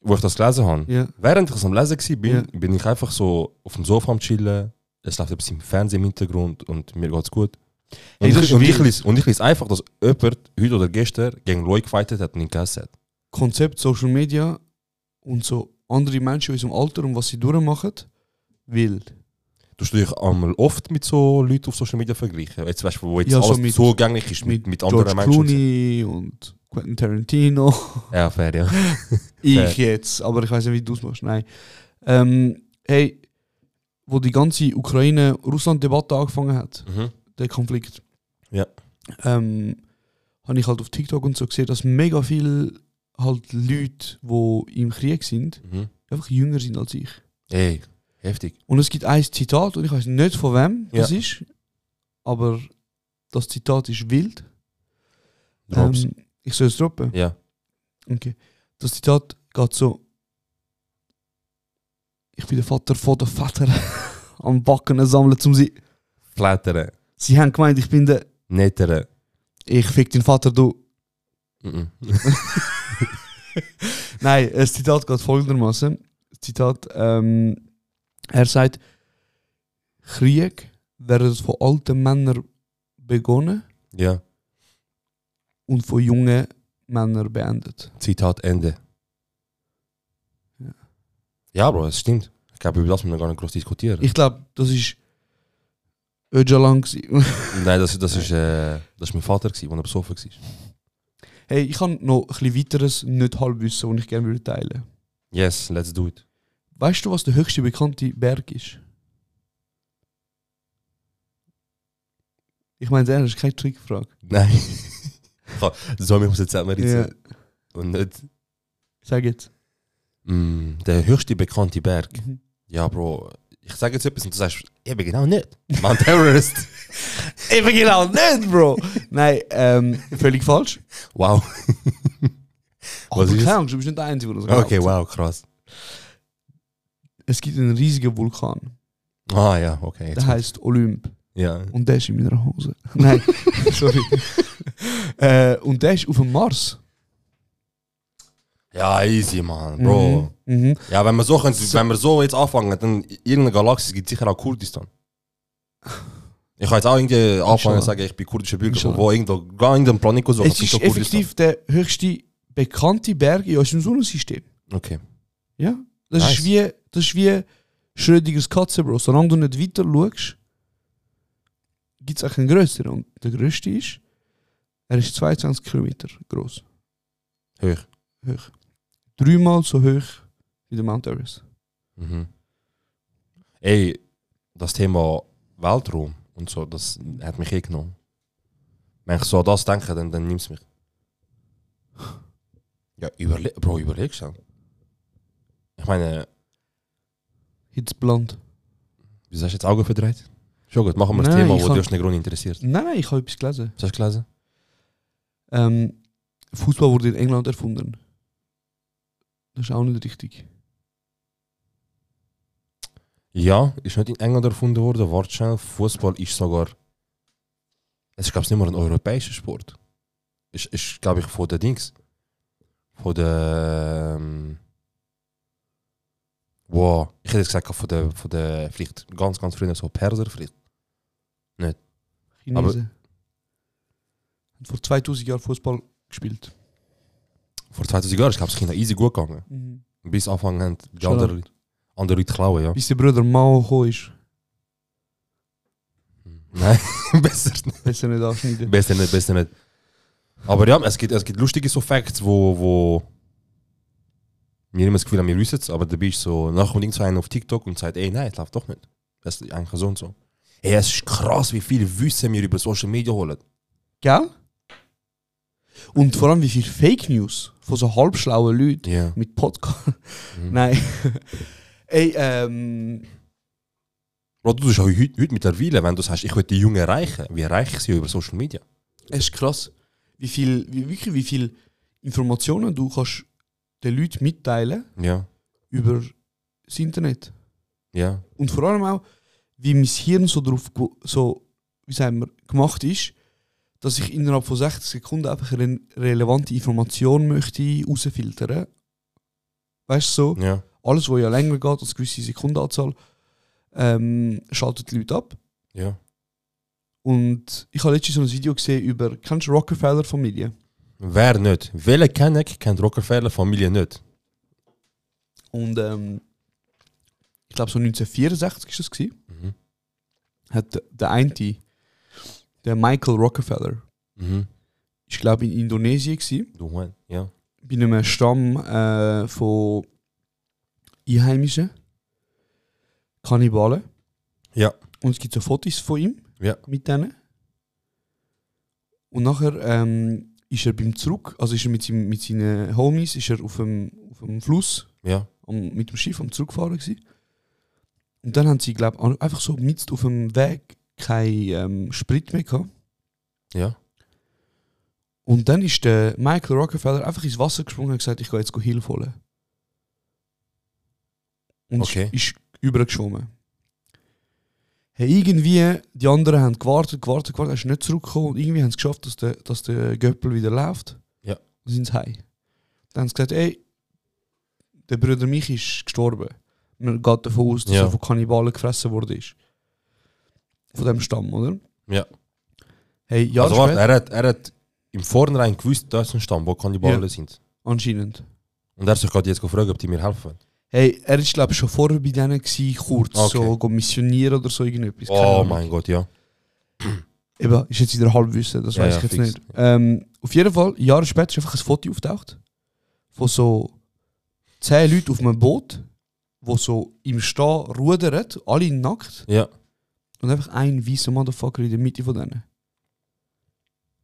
Wo ich das gelesen habe,
Ja.
während ich es am Lesen war, bin,
Ja.
bin ich einfach so auf dem Sofa am Chillen. Es läuft etwas im Fernsehen im Hintergrund und mir geht's gut. Und,
Hey, das
ich,
ist
und, ich
wild.
lese, und ich lese einfach, dass jemand heute oder gestern gegen Roy gefightet hat und ihn gehasst hat.
Konzept Social Media und so andere Menschen in unserem Alter und was sie durchmachen, wild.
Tust du dich einmal oft mit so Leuten auf Social Media vergleichen? Jetzt weißt du, wo jetzt
Ja, so
alles
mit-
zugänglich ist mit, mit anderen
George
Menschen. und so.
Clooney und Quentin Tarantino.
*laughs* Ja, fair,
*laughs*
ja.
Ich jetzt, aber ich weiß nicht, wie du es machst. Nein. Ähm, hey, wo die ganze Ukraine-Russland-Debatte angefangen hat,
Mhm.
der Konflikt.
Ja.
Ähm, habe ich halt auf TikTok und so gesehen, dass mega viel halt Leute, die im Krieg sind,
Mhm.
einfach jünger sind als ich.
Ey, heftig.
Und es gibt ein Zitat, und ich weiß nicht von wem das ist, aber das Zitat ist wild.
Drops.
Ähm, ich soll es droppen.
Ja.
Okay. Das Zitat geht so. Ich bin der Vater von der Vater *laughs* am Backen sammeln, um sie.
Flattern,
Sie haben gemeint, ich bin der.
nettern.
Ich fick den Vater, du.
Mhm.
Nein, das Zitat geht folgendermaßen. Das Zitat, ähm, er sagt, Krieg werden von alten Männern begonnen
Ja,
und von jungen Männern beendet.
Zitat Ende.
Ja.
Ja, Bro, es stimmt. Ich glaube, über das müssen wir gar nicht groß diskutieren.
Ich glaube, das ist Öcalan. gewesen.
Nein, das, das, ist, äh, das ist mein Vater, gewesen, der besoffen war.
*laughs* hey, ich kann noch ein bisschen weiteres nicht halbwissen, was ich gerne würde teilen.
Yes, let's do it.
Weißt du, was der höchste bekannte Berg ist? Ich meine, das ist keine Trickfrage.
Nein. *laughs* Komm, so, ich muss jetzt zusammenreißen. Und nicht.
Sag jetzt.
Mm, der höchste bekannte Berg.
Mhm.
Ja, Bro, ich sage jetzt etwas und du sagst, eben genau nicht. Mount Everest. *laughs* eben genau
Nicht, Bro! Nein, ähm, völlig falsch.
Wow. Was
Aber
ist es?
keine Angst, du bist nicht der Einzige, der das glaubt.
Okay, wow, krass.
Es gibt einen riesigen Vulkan,
Ah ja, okay.
der heißt Olymp.
ja.
Und der ist in meiner Hose. *laughs* Nein, sorry. äh, und der ist auf dem Mars.
ja, easy, man, Bro.
Mhm. Mhm.
Ja, wenn wir so, können, wenn wir so jetzt anfangen, dann in irgendeiner Galaxie gibt es sicher auch Kurdistan.
*laughs*
Ich kann jetzt auch irgendwie anfangen
Inshallah.
zu sagen, ich bin kurdischer Bürger,
Inshallah.
wo irgendwo, gar irgendein Planet so
Es ist effektiv der höchste bekannte Berg in unserem Sonnensystem.
Okay.
Ja, das,
Nice.
ist wie, das ist wie Schrödingers Katze, Bro. Solange du nicht weiter schaust, gibt es auch einen größeren. Und der größte ist, er ist 22 Kilometer groß.
Hoch.
Hoch. Dreimal so hoch wie der Mount Everest.
Mhm. Ey, das Thema Weltraum und so, das hat mich eh genommen. Wenn ich so an das denke, dann, dann nimmt's mich. Ja, überle Bro, überlegst du? Ich meine,
Jetzt blond.
wieso hast du jetzt Augen verdreht? Schon gut, machen wir das
Nein,
Thema,
ich
wo
kann-
dich aus dem Grund interessiert.
Nein, nein, ich habe etwas gelesen.
Hast du das gelesen?
Ähm, Fußball wurde in England erfunden. Das ist auch nicht richtig.
Ja, ist nicht in England erfunden worden. Warte schnell, Fußball ist sogar. Es ist, glaube ich, nicht mehr ein europäischer Sport. Ist, ist glaube ich, von der Dings. Von der. Ähm, wow, ich hätte jetzt gesagt, von der, von der. Vielleicht ganz, ganz früher so Perser, vielleicht. Aber-
Chinesen. Haben vor 2000 Jahren Fußball gespielt.
Vor 2000 Jahren ist, glaube ich, China easy gut gegangen.
Mhm.
Bis Anfang haben die
Schon
anderen, andere Leute klauen, ja.
Bis der Bruder Mao gekommen ist.
Nein, *laughs* besser nicht.
Besser nicht *laughs* abschneiden.
Besser nicht, besser nicht. Aber ja, es gibt, es gibt lustige so Facts, wo, wo wir immer das Gefühl haben, wir wissen es, aber dabei ist so, nachher kommt irgend so einer auf TikTok und sagt, ey, nein, es läuft doch nicht. Das ist eigentlich so und so. Ey, es ist krass, wie viel Wissen wir über Social Media holen.
Gell? Und vor allem wie viel Fake News von so halbschlauen Leuten
Ja.
mit Podcast. *laughs*
Mhm.
Nein. Ey, ähm.
Bro, du bist auch heute, heute mittlerweile, wenn du sagst, ich will die Jungen erreichen, wie erreiche ich sie über Social Media?
Es ist krass, wie viel, wie, wirklich, wie viel Informationen du kannst den Leuten mitteilen
Ja,
über das Internet.
ja.
Und vor allem auch, wie mein Hirn so drauf, gew- so, wie sagen wir, gemacht ist, dass ich innerhalb von 60 Sekunden einfach re relevante Information möchte rausfiltern. Weißt du so?
Ja.
Alles, was ja länger geht als gewisse Sekundenanzahl, ähm, schaltet die Leute ab.
Ja.
Und ich habe letztens so ein Video gesehen über, kennst du Rockefeller-Familie?
Wer nicht? Welche kenne ich, kennt die Rockefeller-Familie nicht.
Und ähm, ich glaube, so 1964 ist das gewesen,
Mhm.
hat der- der eine, der Michael Rockefeller,
Mhm.
ich glaube in Indonesien gewesen,
Du Juan, ja.
bei einem Stamm äh, von Einheimischen, Kannibalen.
Ja.
Und es gibt so Fotos von ihm
Ja.
mit denen. Und nachher ähm, ist er beim Zurück, also ist er mit, seinem, mit seinen Homies, ist er auf dem, auf dem Fluss
Ja.
am, mit dem Schiff am Zurückfahren gsi Und dann haben sie, glaube ich, einfach so mitten auf dem Weg keinen ähm, Sprit mehr gehabt.
Ja.
Und dann ist der Michael Rockefeller einfach ins Wasser gesprungen und hat gesagt, ich gehe jetzt go Hilfe holen. Und
Okay.
ist, ist übergeschwommen. Hey, irgendwie, die anderen haben gewartet, gewartet, gewartet, er ist nicht zurückgekommen und irgendwie haben sie geschafft, dass der, dass der Göppel wieder läuft.
Ja.
Und sind sie heim. Dann haben sie gesagt, ey, der Bruder Mich ist gestorben. Man geht davon aus, dass
Ja.
er von Kannibalen gefressen worden ist. Von dem Stamm, oder?
Ja.
Hey, Jahre
also warte,
später,
er hat, er hat im Vornherein gewusst, das ist ein Stamm, wo Kannibalen
Ja.
sind.
anscheinend.
Und er hat sich gerade jetzt gefragt, ob die mir helfen wollen.
Hey, er ist glaube ich schon vorher bei denen gewesen, kurz,
Okay.
so go missionieren oder so irgendetwas. keine
Oh
Ahnung.
mein Gott, ja.
Eben, ist jetzt wieder Halbwissen, das
Ja,
weiß
ja,
ich jetzt
fix.
nicht. Ähm, auf jeden Fall, Jahre später ist einfach ein Foto auftaucht von so zehn Leuten auf einem Boot, wo so im Stehen rudern, alle nackt
Ja.
und einfach ein weißer Motherfucker in der Mitte von denen.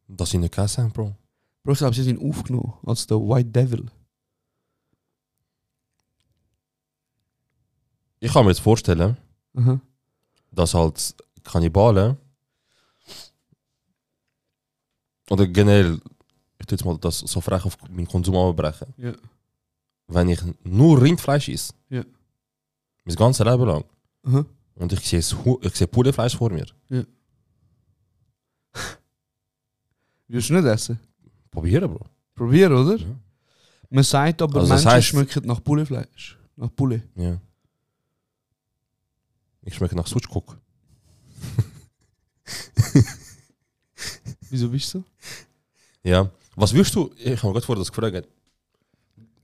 Das sind nicht Käse, Bro.
Bro, ich glaube, sie sind ihn aufgenommen als der White Devil.
Ich kann mir jetzt vorstellen,
Aha.
dass halt Kannibalen oder generell, ich tue jetzt mal das so frech auf meinen Konsum abbrechen.
Ja.
Wenn ich nur Rindfleisch esse,
Ja.
mein ganzes Leben lang,
Aha.
und ich sehe, das Hu- ich sehe Pullefleisch vor mir,
Wirst du nicht essen?
probieren, Bro.
Probier, oder?
Ja.
Man sagt aber,
Also das
Menschen
heisst-
schmecken nach Pullefleisch. Nach Pulle.
Ja. Ich schmecke nach Sutschkok.
Wieso bist du so?
Ja. Was würdest du, ich habe mir gerade vorher das gefragt,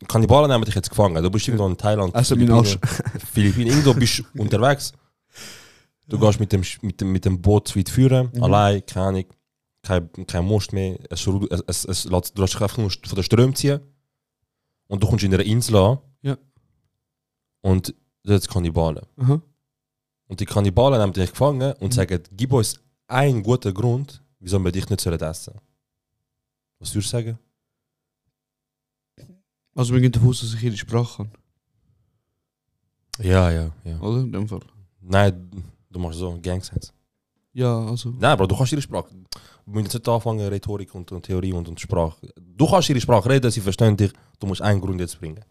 Kannibalen haben dich jetzt gefangen, du bist irgendwo in Thailand,
Also mein
Philippinen, *laughs* Philippinen, irgendwo bist du unterwegs, du gehst mit dem, Sch- mit dem, mit dem Boot zu weit führen,
Mhm.
allein, keine Ahnung, kein, kein Most mehr, es, ru- es, es, es, lässt- du lässt dich einfach nur von der Ström ziehen und du kommst in einer Insel an
Ja.
und dort sind Kannibalen.
Aha. Mhm.
Und die Kannibalen haben dich gefangen und sagen, gib uns einen guten Grund, wieso wir dich nicht sollen essen Was würdest du sagen?
Also wir gehen davon aus, dass ich ihre Sprache kann.
Ja, ja, ja.
Oder? In dem Fall.
Nein, du machst so Gangsense.
Ja, also.
Nein, Bro, du kannst ihre Sprache. Wir müssen jetzt nicht anfangen, Rhetorik und, und Theorie und, und Sprache. Du kannst ihre Sprache reden, sie verstehen dich. Du musst einen Grund jetzt bringen.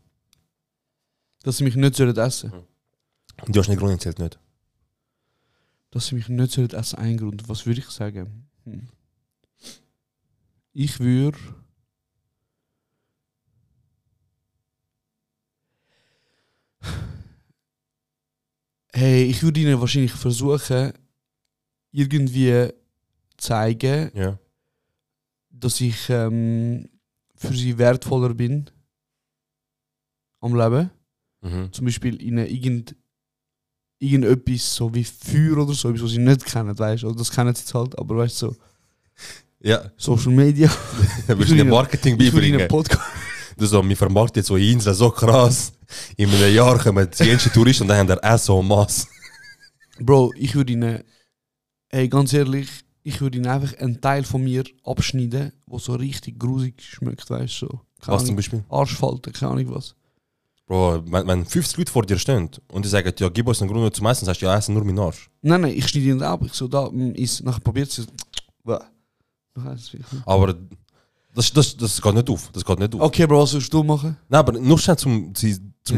Dass sie mich nicht sollen essen.
Und du hast einen Grund erzählt nicht.
Dass sie mich nicht sollen essen, ein Grund. Was würde ich sagen? Hm. Ich würde. Hey, ich würde ihnen wahrscheinlich versuchen, irgendwie zeigen,
Ja.
dass ich ähm, für sie wertvoller bin am Leben.
Mhm.
Zum Beispiel in irgend, irgendetwas, so wie Feuer oder so, etwas, was sie nicht kennen, weißt du? Also das kennen sie jetzt halt, aber weißt du, so,
Ja,
Social
*laughs*
Media,
du
Ich
willst
will
dir
ihnen-
Marketing
ich will ihnen
beibringen.
Podcast.
Du so, wir vermarkten jetzt so eine Insel so krass. In einem Jahr kommen die ersten Touristen und dann haben der Essen en masse.
Bro, ich würde ihnen, hey, ganz ehrlich, ich würde ihnen einfach einen Teil von mir abschneiden, der so richtig grusig schmeckt, weißt du? So. Keine
Was zum
Ahnung,
Beispiel?
Arschfalte, keine Ahnung was.
Bro, wenn, wenn 50 Leute vor dir stehen und die sagen, ja, gib uns einen Grund zum Essen, sagst du, ja, essen nur meinen Arsch.
Nein, nein, ich schneide ihn ab, ich so, da mm, ist, nachher probiert sie es. Bäh. Nachher ist es wieder-
Aber das, das, das geht nicht auf. Das geht nicht auf.
Okay, Bro, was sollst du machen? *laughs*
Nein, aber nur schnell, um zum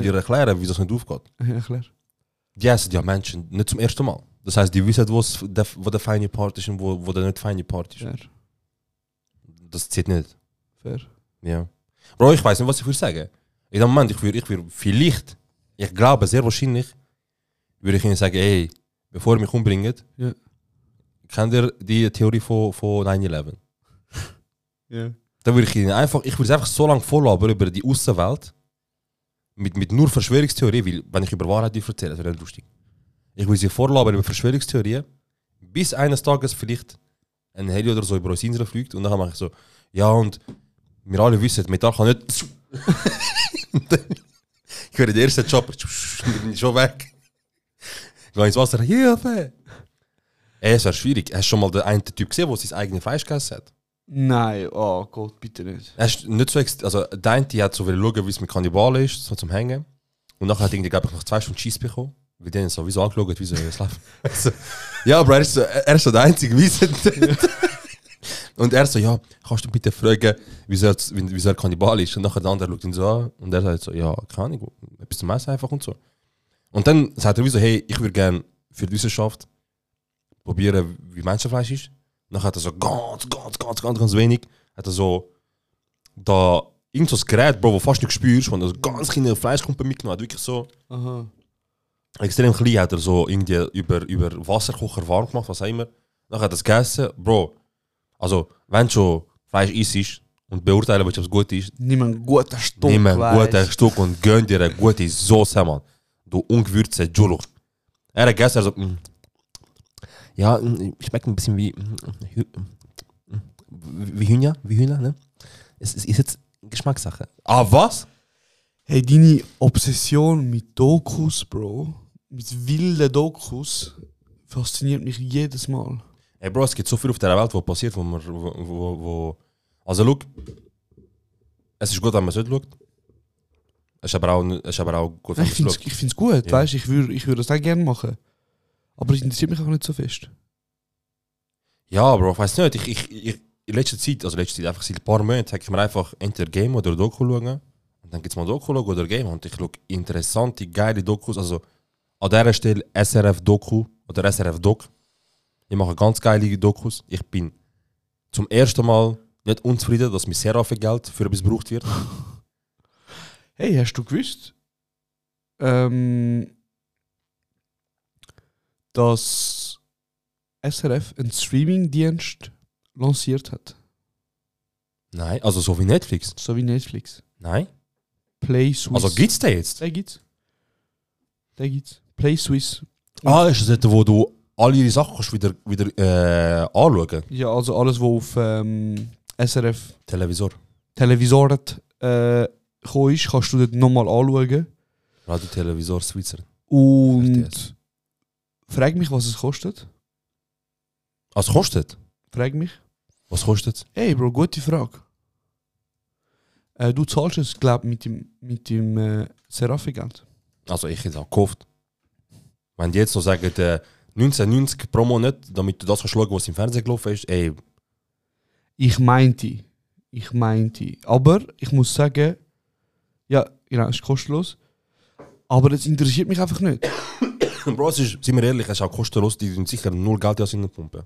Ja.
dir erklären, wie das nicht aufgeht.
Ja, klar.
Die essen ja Menschen nicht zum ersten Mal. Das heißt, die wissen, wo's der- wo der feine Part ist und wo, wo der nicht feine Part ist.
Fair.
Das zählt nicht.
Fair.
Ja. Bro, ich weiß nicht, was ich würde sagen. In dem Moment, ich würde ich würd vielleicht, ich glaube sehr wahrscheinlich, würde ich ihnen sagen, ey, bevor ihr mich umbringt,
Ja.
kennt ihr die Theorie von, von 9-11?
Ja.
Dann würde ich ihnen einfach, ich würde es einfach so lange vorlabern über die Außenwelt, mit, mit nur Verschwörungstheorie, weil wenn ich über Wahrheit würde erzähle, das wäre nicht lustig. Ich würde sie vorlabern über Verschwörungstheorien, bis eines Tages vielleicht ein Heli oder so über unsere Insel fliegt und dann mache ich so, ja und wir alle wissen, Metall kann nicht... *laughs* Und dann- ich höre den ersten Chopper, *laughs* bin ich schon weg. Gehe ins Wasser, Hilfe! Ey, es wäre schwierig. Hast du schon mal den einen Typ gesehen, der sein eigenes Fleisch gegessen hat?
Nein, oh Gott, bitte nicht.
Er ist nicht so ext- also der eine die hat so will schauen, wie es mit Kannibalen ist, so zum Hängen. Und nachher hat irgendwie, glaube ich, nach zwei Stunden Scheiss bekommen. Weil die haben sowieso angeschaut, wie so es läuft. *laughs* Also, ja, aber er ist so, er ist so der Einzige, wie es *laughs* Und er so, ja, kannst du bitte fragen, wieso er, z- wieso er Kannibal ist? Und nachher der andere schaut ihn so an und er sagt so, ja, keine Ahnung, etwas zum Essen einfach und so. Und dann sagt er wie so, hey, ich würde gerne für die Wissenschaft probieren, wie Menschenfleisch ist. Nachher hat er so ganz, ganz, ganz, ganz, ganz wenig, hat er so da irgend so ein Gerät, Bro, wo fast nicht spürst, wenn er so ganz kleine Fleischklumpen mitgenommen hat, wirklich so
Aha.
extrem klein, hat er so irgendwie über, über Wasserkocher warm gemacht, was auch immer. Dann hat er es gegessen, Bro. Also, wenn du schon Fleisch isst und beurteilen willst, ob es gut ist,
Nimm einen guten Stock.
nimm ein
weißt.
gutes Stück und gönn dir eine gute Soße, Mann. Du ungewürzte Jolo. Er hat gestern so, mm, ja, mm, schmeckt ein bisschen wie, mm, Hü- mm, wie Hühner, wie Hühner, ne? Es, es ist jetzt Geschmackssache. Ah, was?
Hey, deine Obsession mit Dokus, Bro, mit wilden Dokus, fasziniert mich jedes Mal.
Ey, Bro, es gibt so viel auf der Welt, was passiert, wo man. Wo, wo, wo also, schau. Es ist gut, wenn man es nicht schaut. Es ist aber auch, es ist aber auch gut, wenn
Ich *laughs*
man
finde
es
es
schaut.
ich find's gut,
Ja.
weißt du, ich würde ich würd das auch gerne machen. Aber es interessiert mich auch nicht so fest.
Ja, Bro, ich weiß nicht. Ich, ich, ich, in letzter Zeit, also letzter Zeit, einfach seit ein paar Monaten, habe ich mir einfach entweder Game oder Doku schauen. Und dann gibt es mal Doku schauen oder Game. Und ich schaue interessante, geile Dokus. Also an dieser Stelle SRF-Doku oder SRF-Doc. Ich mache ganz geile Dokus. Ich bin zum ersten Mal nicht unzufrieden, dass mein sehr viel Geld für etwas gebraucht wird.
Hey, hast du gewusst, ähm, dass SRF einen Streamingdienst lanciert hat,
Nein, also so wie Netflix.
so wie Netflix?
Nein.
Play Swiss.
Also gibt's den jetzt?
Den gibt's. Den gibt's. Play Swiss.
Ah, ist das dort, wo du alle ihre Sachen kannst wieder, wieder äh, anschauen
Ja, also alles, was auf ähm, SRF
Televisor.
Televisoren äh, gekommen ist, kannst du dort nochmal anschauen.
Radio Televisor Schweizer.
Und
RTS.
frag mich, was es kostet.
Was kostet?
Frag mich.
Was kostet
Hey Bro, gute Frage. Äh, du zahlst es, glaube ich, mit dem, mit dem äh, Seraphi-Geld.
Also ich hätte auch gekauft. Wenn die jetzt so sagen, äh, 1990 pro Monat, damit du das kannst schauen, was im Fernsehen gelaufen ist, ey, *clears throat*
Ich meinte. Ich meinte. Aber ich muss sagen, ja, genau, es ist kostenlos. Aber es interessiert mich einfach nicht.
Bro, es ist, sind wir ehrlich, es ist auch kostenlos, die sind sicher null Geld aus in der Pumpe.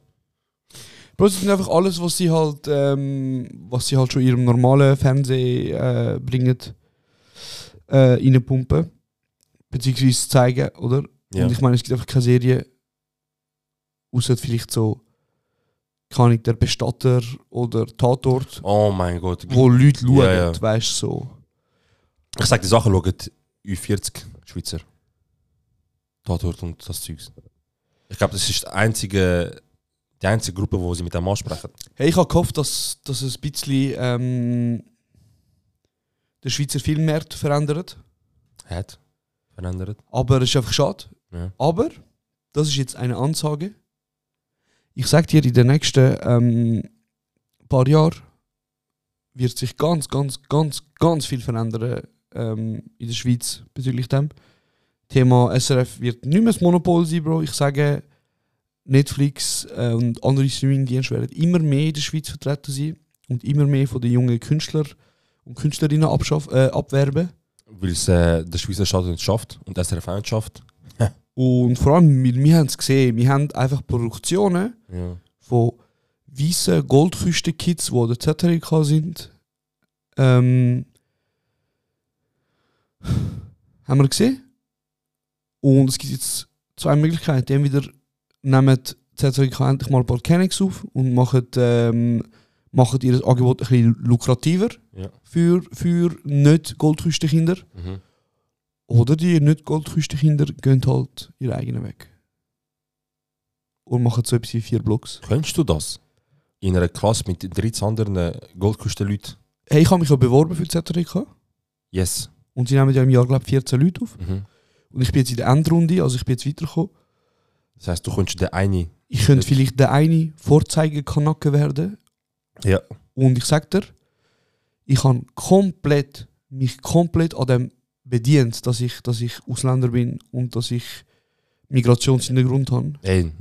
Bro, es ist einfach alles, was sie halt, ähm, was sie halt schon in ihrem normalen Fernsehen äh, bringen, äh, reinpumpen. Beziehungsweise zeigen, oder?
Ja.
Und ich meine, es gibt einfach keine Serie, außer vielleicht so, kann ich der Bestatter oder Tatort,
Oh mein Gott.
wo Leute schauen,
Ja, ja.
weißt du so.
Ich sag die Sachen, schaut U40 Schweizer. Tatort und das Zeugs. Ich glaube, das ist die einzige, die einzige Gruppe, wo sie mit dem ansprechen.
Hey, ich habe gehofft, dass, dass es ein bisschen ähm, den Schweizer Filmmarkt verändert.
Hat verändert.
Aber es ist einfach schade.
Ja.
Aber das ist jetzt eine Ansage. Ich sage dir, in den nächsten ähm, paar Jahren wird sich ganz, ganz, ganz, ganz viel verändern ähm, in der Schweiz bezüglich dem. Thema SRF wird nicht mehr das Monopol sein, Bro. Ich sage, Netflix äh, und andere Streamingdienste werden immer mehr in der Schweiz vertreten sein und immer mehr von den jungen Künstlern und Künstlerinnen abschaff- äh, abwerben.
Weil es äh, der Schweizer Staat nicht schafft und SRF auch nicht schafft.
Und vor allem, wir, wir haben es gesehen, wir haben einfach Produktionen
Ja.
von weißen Goldküstenkids, die der Zetterika sind, ähm, haben wir gesehen. Und es gibt jetzt zwei Möglichkeiten. Entweder nehmen Zetterika endlich mal ein paar Kennings auf und machen, ähm, machen ihr Angebot ein bisschen lukrativer
Ja.
für, für nicht Goldküstenkinder.
Mhm.
Oder die nicht Goldküstenkinder gehen halt ihren eigenen Weg. Und machen so etwas wie vier Blocks.
Könntest du das? In einer Klasse mit 13 anderen äh, Goldküstenleuten?
Hey, ich habe mich ja beworben für die ZRK.
Yes.
Und sie nehmen ja im Jahr, glaube ich, 14 Leute auf.
Mhm.
Und ich bin jetzt in der Endrunde, also ich bin jetzt weitergekommen.
Das heißt, du könntest der eine.
Ich könnte
Ja.
vielleicht der eine Vorzeigekanacke werden.
Ja.
Und ich sag dir, ich habe komplett, mich komplett an dem bedient, dass ich, dass ich Ausländer bin und dass ich Migrationshintergrund habe.
Ey,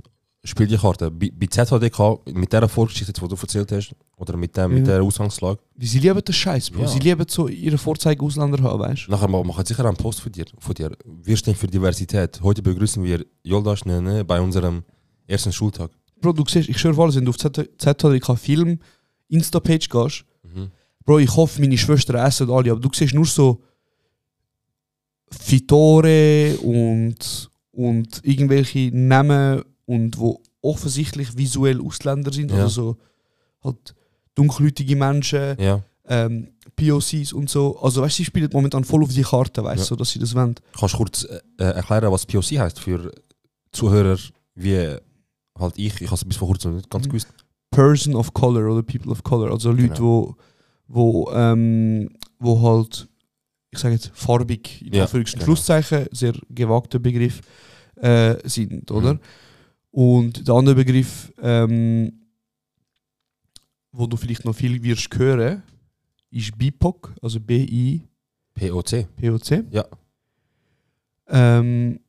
spiel die Karte. Bei, bei ZHDK, mit dieser Vorgeschichte, die du erzählt hast, oder mit, dem, mit
Ja.
dieser Ausgangslage,
Weil sie lieben den Scheiß, Bro.
Ja.
Sie lieben so ihre Vorzeige Ausländer haben, weißt du?
Nachher ma- machen sicher einen Post von dir. Von dir. Wir stehen für Diversität. Heute begrüßen wir Joldasch Nene bei unserem ersten Schultag.
Bro, du siehst, ich schwöre auf alles, wenn du auf Z- ZHDK Film Insta-Page gehst,
Mhm.
Bro, ich hoffe, meine Schwestern essen alle, aber du siehst nur so Fitore und, und irgendwelche Namen und wo offensichtlich visuell Ausländer sind,
Ja.
also so halt dunkelhäutige Menschen,
Ja.
ähm, POCs und so. Also weißt du, sie spielen momentan voll auf die Karte, weißt du,
Ja.
so, dass sie das wollen.
Kannst du kurz äh, äh, erklären, was POC heißt für Zuhörer wie äh, halt ich? Ich habe es bis vor kurzem nicht ganz
Mhm.
gewusst.
Person of Color oder People of Color, also
Genau.
Leute, wo, wo, ähm, wo halt, ich sage jetzt farbig, in
Ja,
Anführungs- und
genau.
Schlusszeichen, sehr gewagter Begriff, äh, sind, oder?
Mhm.
Und der andere Begriff, ähm, wo du vielleicht noch viel wirst hören, ist BIPOC, also B-I-P-O-C.
POC. Ja.
Ähm,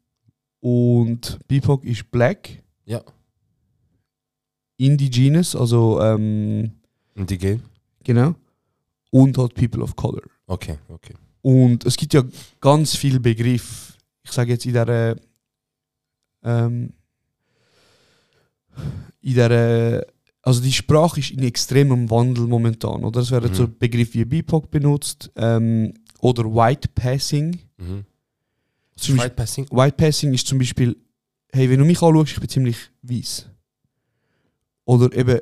und BIPOC ist Black.
Ja.
Indigenous, also ähm,
Indigen.
Genau. Und halt People of Color.
Okay, okay.
Und es gibt ja ganz viele Begriffe. Ich sage jetzt in der ähm, in der also die Sprache ist in extremem Wandel momentan, oder? Es werden
Mhm.
so Begriffe wie BIPOC benutzt ähm, oder White Passing.
Mhm. Was
Zum
ist
Beispiel-
White Passing?
White Passing ist zum Beispiel, hey, wenn du mich anschaust, ich bin ziemlich weiß. Oder eben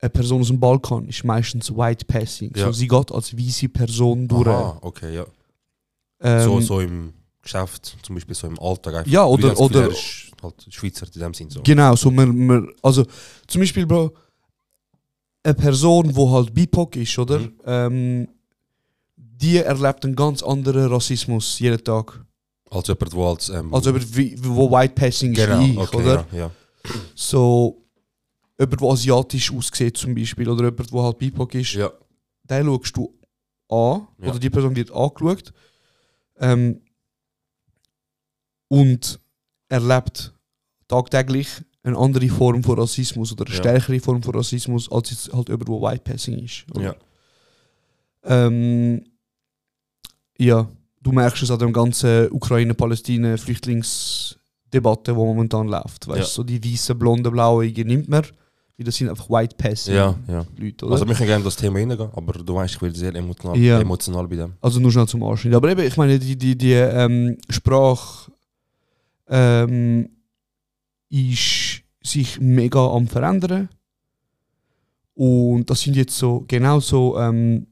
eine Person aus dem Balkan ist meistens White Passing.
Ja.
So, sie geht als weiße Person durch.
Aha, okay, ja.
Ähm,
so, so im Geschäft, zum Beispiel so im Alltag. Einfach.
Ja,
Du
oder-
hast das Gefühl,
oder-
er ist halt Schweizer in dem Sinn so.
Genau, so man, man, also zum Beispiel, Bro, eine Person, die halt BIPOC ist, oder?
Mhm.
Ähm, die erlebt einen ganz anderen Rassismus jeden Tag.
Als jemand, der als... Ähm,
Also jemand, wie, wo White Passing ist
genau,
wie ich,
okay,
oder?
Ja, ja.
So, jemand, der asiatisch aussieht zum Beispiel, oder jemand, der halt BIPOC ist,
ja.
den schaust du an,
Ja.
oder die Person wird angeschaut ähm, und erlebt tagtäglich eine andere Form von Rassismus oder eine
Ja.
stärkere Form von Rassismus, als jetzt halt über wo White Passing ist. oder?
Ja.
Ähm, ja, du merkst es an dem ganzen Ukraine-Palästina-Flüchtlingsdebatte, die momentan läuft. Weißt
Ja.
so die weißen, blonden, blauen nimmt man, weil das sind einfach White Passing
ja, ja.
Leute, oder?
Also, wir können gerne in das Thema hineingehen, aber du weißt, ich werde sehr emotional,
Ja.
emotional bei dem.
Also nur schnell zum Anschnitt. Aber eben, ich meine, die, die, die ähm, Sprache ähm, ist sich mega am verändern. Und das sind jetzt so genau so ähm,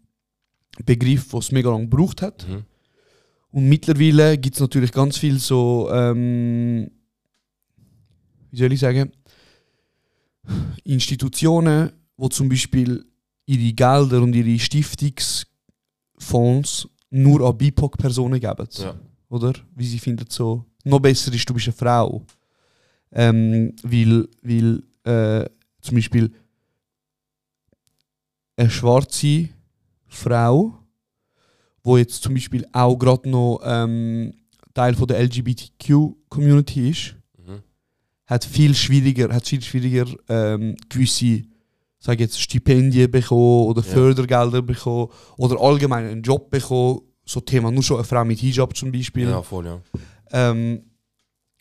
Begriffe, die es mega lange gebraucht hat.
Mhm.
Und mittlerweile gibt es natürlich ganz viel so, ähm, wie soll ich sagen, Institutionen, wo zum Beispiel ihre Gelder und ihre Stiftungsfonds nur an BIPOC-Personen geben.
Ja.
Oder? Wie sie finden, so, noch besser ist, du bist eine Frau. Ähm, weil, weil äh, zum Beispiel eine schwarze Frau wo jetzt zum Beispiel auch gerade noch ähm, Teil von der LGBTQ-Community ist,
Mhm.
hat viel schwieriger, hat viel schwieriger ähm, gewisse sag ich jetzt, Stipendien bekommen oder
Ja.
Fördergelder bekommen oder allgemein einen Job bekommen. So Thema nur schon eine Frau mit Hijab zum Beispiel.
Ja, voll, ja.
Ähm,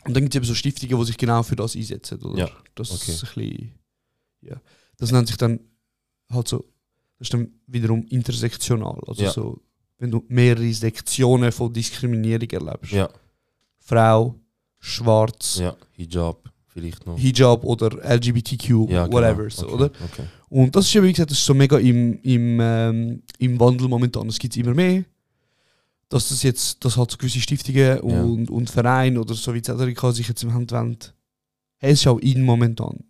Und dann gibt es eben so Stiftungen, die sich genau für das einsetzen. Oder?
Ja,
Das
okay.
ist ein bisschen, ja. Das nennt sich dann halt so, das ist dann wiederum intersektional. Also
Ja.
so, wenn du mehrere Sektionen von Diskriminierung erlebst.
Ja.
Frau, Schwarz,
Ja, Hijab vielleicht noch.
Hijab oder LGBTQ,
ja, genau.
whatever, so,
okay,
oder?
Okay.
Und das ist eben, wie gesagt, das ist so mega im, im, ähm, im Wandel momentan. Es gibt immer mehr. Dass das jetzt, dass halt so gewisse Stiftungen und, und Vereine oder so wie Cedric sich jetzt im Hand wenden. Hey, es ist auch in momentan.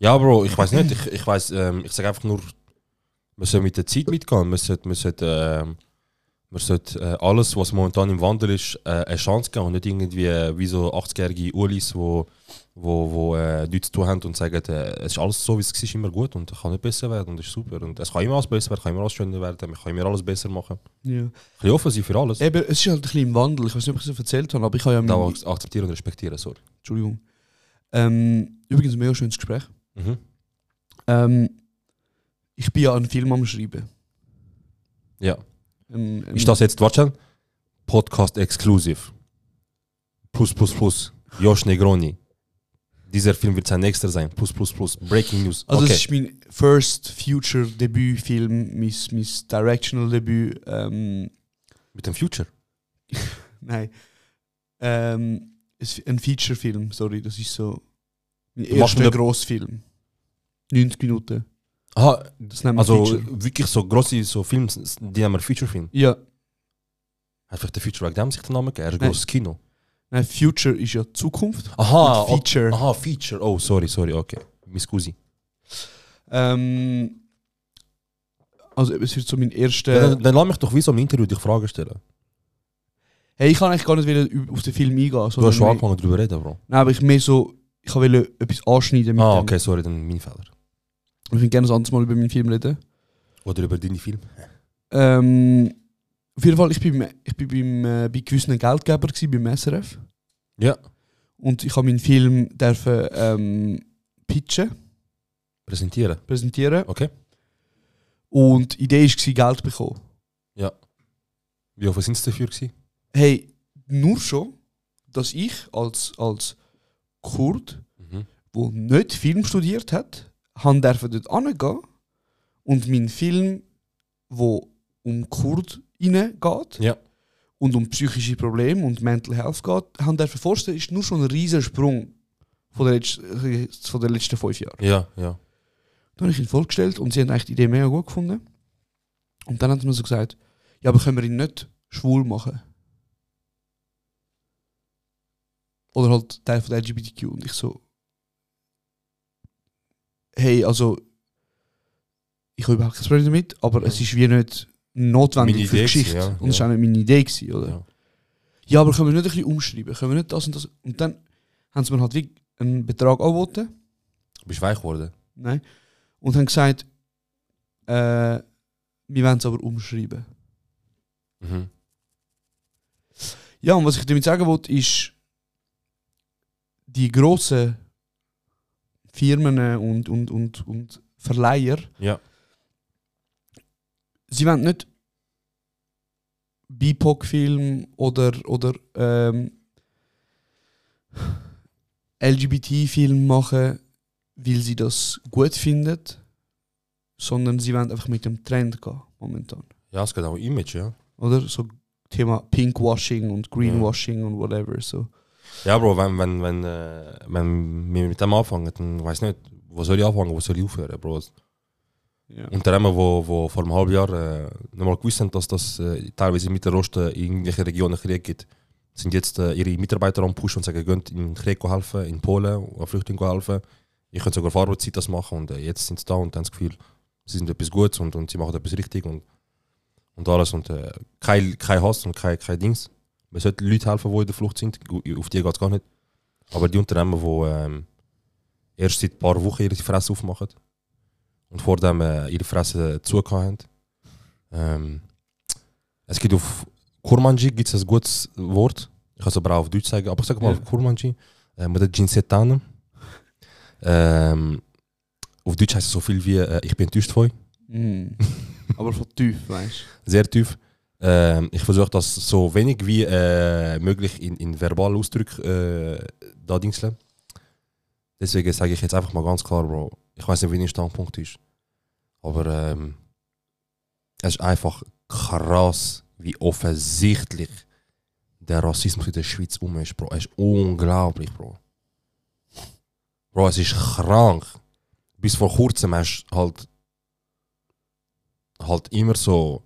Ja, Bro, ich weiß nicht. Ich, ich weiß, ähm, ich sage einfach nur, man soll mit der Zeit mitgehen. Man sollte, man sollte, ähm, man sollte äh, alles, was momentan im Wandel ist, äh, eine Chance geben und nicht irgendwie äh, wie so 80-jährige Ulis, die wo, wo, wo, äh, nichts zu tun haben und sagen, äh, es ist alles so, wie es war, ist immer gut und es kann nicht besser werden und es ist super. Und es kann immer alles besser werden, kann immer alles schöner werden, man kann immer alles besser machen. Ein
Ja.
bisschen offen sein für alles.
Eben, es ist halt ein bisschen im Wandel. Ich weiß nicht, ob ich es erzählt habe, aber ich habe ja
Da
meine,
ak- akzeptieren und respektieren, sorry.
Entschuldigung. Ähm, übrigens ein mega schönes Gespräch.
Mhm.
Ähm, ich bin ja einen Film am Schreiben.
Ja.
Ähm, ähm,
Ist das jetzt, warte schon, Podcast exklusiv. Plus, plus, plus. Josh Negroni. Dieser Film wird sein nächster sein. Plus, plus, plus. Breaking News.
Also
okay.
es ist mein first future Debütfilm, mein, mein Directional Debüt. Ähm,
Mit dem Future.
nein. Ähm, es, ein Feature-Film, sorry, das ist so mein
Du machst
erster
mit-
Grossfilm. 90 Minuten.
Aha,
Das nennen wir
also
Feature.
wirklich so grosse so Filme, die nennen wir Feature-Film.
Ja,
Hat vielleicht der Future wegen dem sich den Namen gegeben? Er ist ein
Nein.
grosses Kino.
nein, Future ist ja Zukunft.
Aha,
Und Feature.
Ah, Okay. Aha, Feature. Oh, sorry, sorry, okay. Miss Scusi.
Ähm, also es wird so mein erster...
Dann, dann lass mich doch wie so im Interview dich Fragen stellen.
Hey, ich kann eigentlich gar nicht wieder üb- auf den Film eingehen.
Du
sondern
hast schon
mehr-
angefangen drüber reden, Bro.
Nein, aber ich mehr so... Ich wollte etwas anschneiden mit
Ah,
dem.
okay, sorry, dann mein Fehler.
Ich würde gerne ein anderes Mal über meinen Film reden.
Oder über deine Filme.
Ähm, auf jeden Fall, ich bin, beim- ich bin beim, äh, bei gewissen Geldgeber gewesen, beim SRF.
Ja.
Und ich habe meinen Film dürfen, ähm, pitchen,
Präsentieren.
präsentieren.
Okay.
Und die Idee war, Geld bekommen.
Wie offen sind es dafür gewesen?
Hey, nur schon, dass ich als, als Kurd,
Mhm.
der nicht Film studiert hat, han dürfen dort hingehen und meinen Film, der um Kurd geht,
Ja.
und um psychische Probleme und Mental Health geht, haben dürfen vorstellen, ist nur schon ein riesiger Sprung von der, letz- äh, von den letzten fünf Jahren.
Ja, ja.
Dann habe ich ihn vorgestellt und sie haben eigentlich die Idee mega gut gefunden. Und dann haben sie mir so gesagt, ja, aber können wir ihn nicht schwul machen? Oder halt Teil von der LGBTQ. Und ich so, hey, also, ich habe überhaupt kein Problem damit, aber es ist wie nicht notwendig
Meine
für die
Idee
Geschichte.
gewesen, ja,
Und es
ja.
war auch nicht meine Idee, gewesen, oder?
Ja.
Ja. aber können wir nicht ein bisschen umschreiben? Können wir nicht das und das? Und dann haben sie mir halt wie einen Betrag angeboten.
Du bist weich geworden.
Nein. ne? Und haben gesagt, äh, wir wollen es aber umschreiben.
Mhm.
Ja, und was ich damit sagen wollte, ist, die grossen Firmen und, und, und, und Verleiher,
Ja.
sie wollen nicht BIPOC-Film oder, oder ähm, LGBT-Film machen, weil sie das gut finden, sondern sie wollen einfach mit dem Trend gehen, momentan.
Ja, es geht auch um Image, ja.
Oder? So Thema Pinkwashing und Greenwashing und whatever. So.
Ja, Bro, wenn, wenn, wenn, äh, wenn wir mit dem anfangen, dann weiß nicht, wo soll ich anfangen, wo soll ich aufhören, Bro.
Ja.
Unter anderem, wo, wo vor einem halben Jahr äh, nicht mal gewusst haben, dass das äh, teilweise mit der Rosten in irgendwelchen Regionen Krieg gibt, sind jetzt äh, ihre Mitarbeiter am Pushen und sagen, könnt in den Krieg helfen, in Polen, an Flüchtlingen helfen. Ich könnte sogar auf Arbeitszeit das machen und äh, jetzt sind sie da und haben das Gefühl, sie sind etwas Gutes und, und sie machen etwas richtig und, und alles. Und äh, kein, kein Hass und kein, kein Dings. Man sollte Leute helfen, die in der Flucht sind, Gu- auf die geht es gar nicht. Aber die Unternehmen, die ähm, erst seit ein paar Wochen ihre Fresse aufmachen, und vor dem äh, ihre Fresse zugehauen haben. Ähm, es gibt auf Kurmanji gibt es ein gutes Wort. Ich kann es aber auch auf Deutsch sagen, aber ich sage mal
Ja.
auf Kurmanji. Äh, mit der Ginsetan. Ähm, auf Deutsch heißt es so viel wie äh, ich bin enttäuscht von euch.
Mm. Aber von tief, weißt
Sehr tief. Äh, Ähm, ich versuche das so wenig wie äh, möglich in, in verbalen Ausdruck äh, da dingseln. Deswegen sage ich jetzt einfach mal ganz klar, Bro, ich weiß nicht, wie dein Standpunkt ist. Aber ähm, es ist einfach krass, wie offensichtlich der Rassismus in der Schweiz um ist, Bro. Es ist unglaublich, Bro. Bro, es ist krank. Bis vor kurzem hast du halt, halt immer so.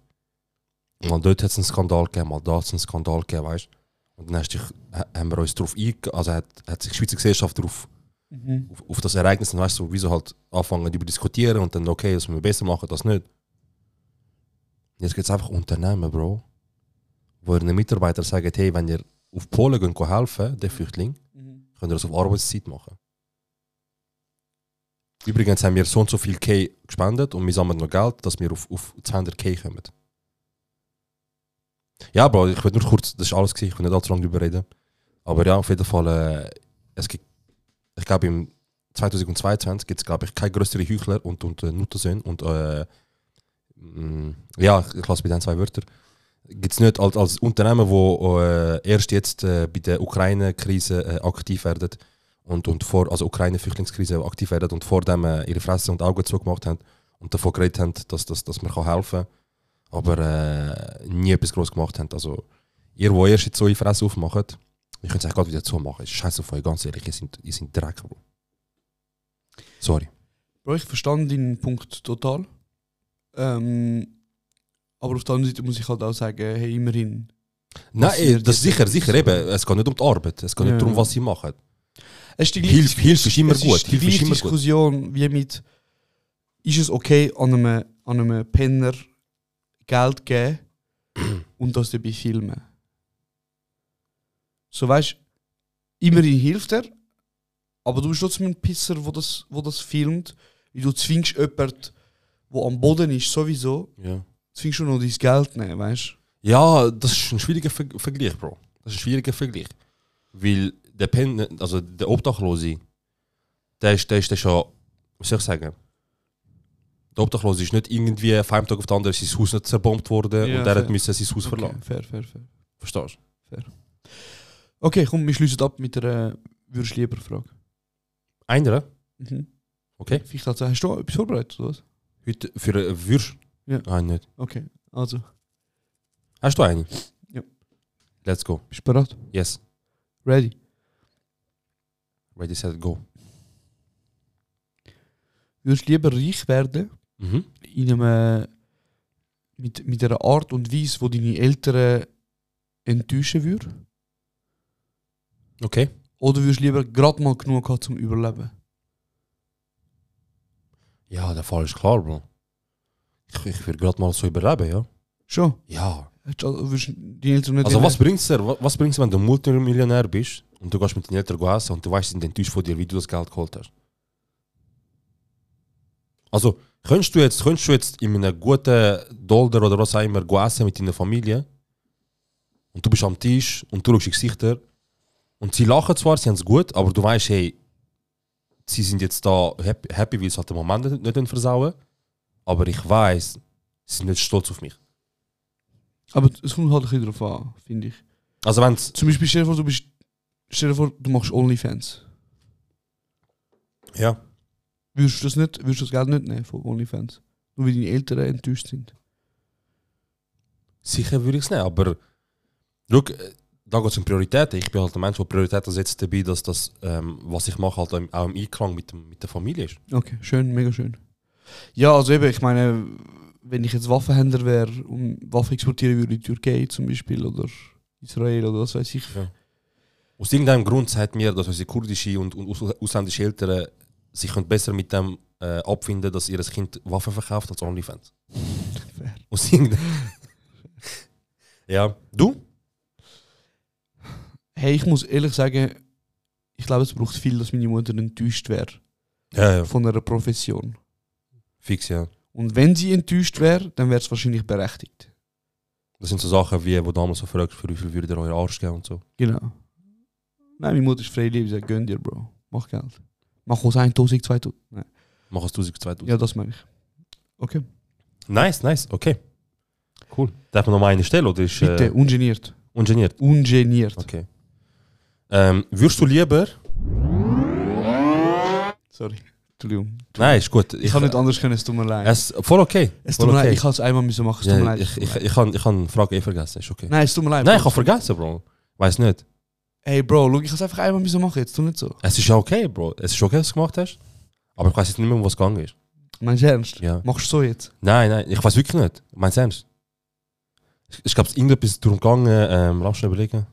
Mal dort hat es einen Skandal gegeben, mal da hat es einen Skandal gegeben, weißt du? Und dann hast dich, ha- haben wir uns darauf einge... Also hat, hat sich die Schweizer Gesellschaft darauf
Mhm.
auf, auf das Ereignis, dann weißt du, wieso halt anfangen darüber diskutieren und dann, okay, das müssen wir besser machen, das nicht. Jetzt gibt es einfach um Unternehmen, Bro, wo ihren Mitarbeitern sagen, hey, wenn ihr auf Polen geht, geht helfen, der Flüchtling, könnt ihr das auf Arbeitszeit machen. Übrigens haben wir so und so viel K gespendet und wir sammeln noch Geld, dass wir auf, auf 200k kommen. Ja, Bro, ich will nur kurz, das ist alles, gewesen, ich will nicht allzu lange darüber reden. Aber ja, auf jeden Fall, äh, es gibt, ich glaube, im 2022 gibt es, glaube ich, keine größere Heuchler und, und äh, Nuttersöhne und, äh, mm, ja, ich lasse bei den zwei Wörter. Gibt es nicht als, als Unternehmen, wo äh, erst jetzt äh, bei der Ukraine-Krise äh, aktiv werden und, und vor, also Ukraine-Flüchtlingskrise aktiv werden und vor dem äh, ihre Fresse und Augen zugemacht haben und davon geredet haben, dass, dass, dass man kann helfen kann, aber äh, nie etwas groß gemacht haben. Also, ihr, wo erst jetzt so eure Fresse aufmacht, ich könnte es eigentlich gerade wieder zumachen. Ist scheiße von euch, ganz ehrlich, ihr seid, ihr seid Dreck, Bro. Sorry.
Bro, ich verstand deinen Punkt total. Ähm, aber auf der anderen Seite muss ich halt auch sagen, hey, immerhin.
Nein, ey,
Passiert
das
jetzt
ist sicher,
etwas.
sicher eben. Es geht nicht um die Arbeit, es geht
Ja.
nicht darum, was sie machen.
Es ist die
Hilfe-
gleiche-
Hilfe ist immer
es
gut,
Ist die
Hilfe ist
gleiche
immer gut.
Diskussion wie mit, ist es okay, an einem, an einem Penner Geld
*clears throat*
geben und das dabei filmen? So weißt immerhin hilft er, aber du bist trotzdem ein Pisser, der das, wo das filmt, weil du zwingst jemanden, der am Boden ist, sowieso,
Ja.
zwingst du noch dein Geld nehmen, weißt
Ja, das ist ein schwieriger Ver Vergleich, Bro. Das ist ein schwieriger Vergleich. Weil der Pen, also der Obdachlose, der ist, der ist, der ist ja, was soll ich sagen? Der Obdachlose ist nicht irgendwie von einem Tag auf den anderen ist sein Haus nicht zerbombt worden
Ja,
und der
fair.
hat müssen sein Haus verlassen.
fair, fair, fair.
Verstehst du?
Okay, komm, wir schließen ab mit einer würdest lieber Frage.
Einer,
Mhm.
okay?
Vielleicht also, hast du etwas vorbereitet, oder was?
Heute für eine Würst?
Ja.
Nein, nicht.
Okay, also,
Hast du eine?
Ja.
Let's go.
bist du bereit?
Yes.
Ready.
Ready, set, go.
Würdest du lieber reich werden
Mhm.
in einem, mit, mit einer Art und Weise, wo deine Eltern enttäuschen würde?
Okay.
Oder würdest du lieber gerade mal genug haben zum Überleben?
Ja, der Fall ist klar, Bro. Ich, ich würde gerade mal so überleben, ja?
Schon.
Ja.
Hättest du- also Würdest du deine Eltern nicht
Also
wollen-
was bringt's dir, wa- was bringt's, wenn du Multimillionär bist und du gehst mit den Eltern go essen und du weißt, sie sind enttäuscht von dir, wie du das Geld geholt hast? Also, könntest du jetzt, könntest du jetzt in einem guten Dolder oder was auch immer go essen mit deiner Familie und du bist am Tisch und du schaust die Gesichter und sie lachen zwar, sie haben es gut, aber du weißt, hey, sie sind jetzt da happy, happy weil sie halt den Moment nicht, nicht wollen versauen aber ich weiß, sie sind nicht stolz auf mich.
Aber es kommt halt ein bisschen drauf an, finde ich.
Also wenn's,
Zum Beispiel stell dir vor, du bist... Stell dir vor, du machst Onlyfans.
ja,
Würdest du das, nicht, würdest du das Geld nicht nehmen von Onlyfans? Nur weil deine Eltern enttäuscht sind.
Sicher würde ich es nehmen, aber schau, äh, da geht es um Prioritäten. Ich bin halt ein Mensch, der Prioritäten setzt dabei, dass das, ähm, was ich mache, halt auch im- auch im Einklang mit, dem, mit der Familie ist.
Okay, schön, mega schön. Ja, also eben, ich meine, wenn ich jetzt Waffenhändler wäre und Waffen exportieren würde in die Türkei zum Beispiel oder Israel oder was weiß ich.
Aus irgendeinem Grund sagt mir, dass unsere kurdische und, und aus- ausländische Eltern sich können besser mit dem äh, abfinden, dass ihr Kind Waffen verkauft als Onlyfans.
Fair.
Aus irgendeinem... *laughs* ja. Du?
Hey, ich muss ehrlich sagen, ich glaube, es braucht viel, dass meine Mutter enttäuscht wäre
Ja, ja.
von einer Profession.
Fix, ja.
Und wenn sie enttäuscht wäre, dann wäre es wahrscheinlich berechtigt.
Das sind so Sachen wie, wo damals so fragst, für wie viel würdet ihr euren Arsch geben und so.
Genau. Nein, meine Mutter ist freiwillig, sie sagt, gönn dir, Bro. Mach Geld. Mach aus 1000, 2000. Nein.
Mach es 1000, 2000.
Ja, das meine ich. Okay.
Nice, nice, okay. Cool. Darf man nochmal eine stellen oder ist
Bitte,
äh,
ungeniert.
ungeniert?
Ungeniert.
Okay. Ähm, würdest du lieber.
Sorry. Entschuldigung.
Nein, ist gut. Ich,
Ich kann nicht anders können, es tut mir leid.
Es, voll okay.
Es tut
voll
mir leid,
okay.
ich kann es einmal müssen machen, es tut mir
ja,
leid.
ich,
es
ich,
tut mir leid.
ich, kann, ich kann die Frage eh vergessen, ist okay.
Nein, es tut mir leid.
Nein, ich
Bro.
habe vergessen, Bro. Weiß nicht.
Ey, Bro, schau, ich kann es einfach einmal müssen machen, jetzt tu nicht so.
Es ist ja okay, Bro. Es ist okay, was du gemacht hast. Aber ich weiß jetzt nicht mehr, um was es gegangen ist.
Meinst du ernst?
Ja.
Machst du so jetzt?
Nein, nein, ich weiß wirklich nicht. Meinst du ernst? Ich, ich glaube, es ist irgendetwas darum gegangen, ähm, lass mich überlegen.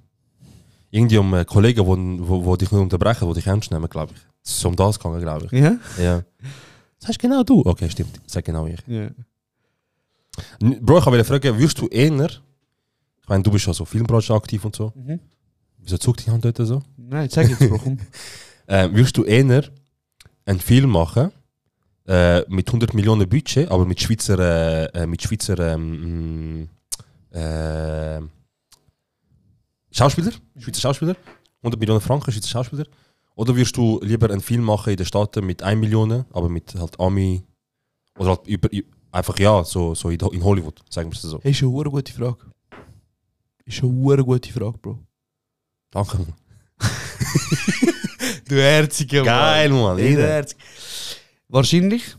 Irgendwie um äh, Kollegen, die wo, wo dich nicht unterbrechen, die dich ernst nehmen, glaube ich. Es ist um das gegangen, glaube ich.
Ja?
*laughs* Ja. Sagst genau du? Okay, stimmt. Sag genau ich.
Ja.
N- Bro, ich wollte fragen, würdest du eher, ich meine, du bist ja so Filmbranche aktiv und so,
Mhm.
wieso zuckt die Hand dort so?
Nein, zeig jetzt, Bro,
*laughs*
komm.
Äh, würdest du eher einen Film machen äh, mit 100 Millionen Budget, aber mit Schweizer, äh, äh, mit Schweizer ähm, mm, äh, Schauspieler, Schweizer Schauspieler, 100 Millionen Franken, Schweizer Schauspieler, oder würdest du lieber einen Film machen in den Staaten mit 1 Million, aber mit halt Ami oder halt über, ü- einfach ja, so, so in, in Hollywood, sagen wir es so.
Hey, ist eine hure gute Frage. Ist eine hure gute Frage, Bro.
Danke. Mann.
Du Herziger,
Geil, Mann.
Jeder
jeder.
Herz. Wahrscheinlich.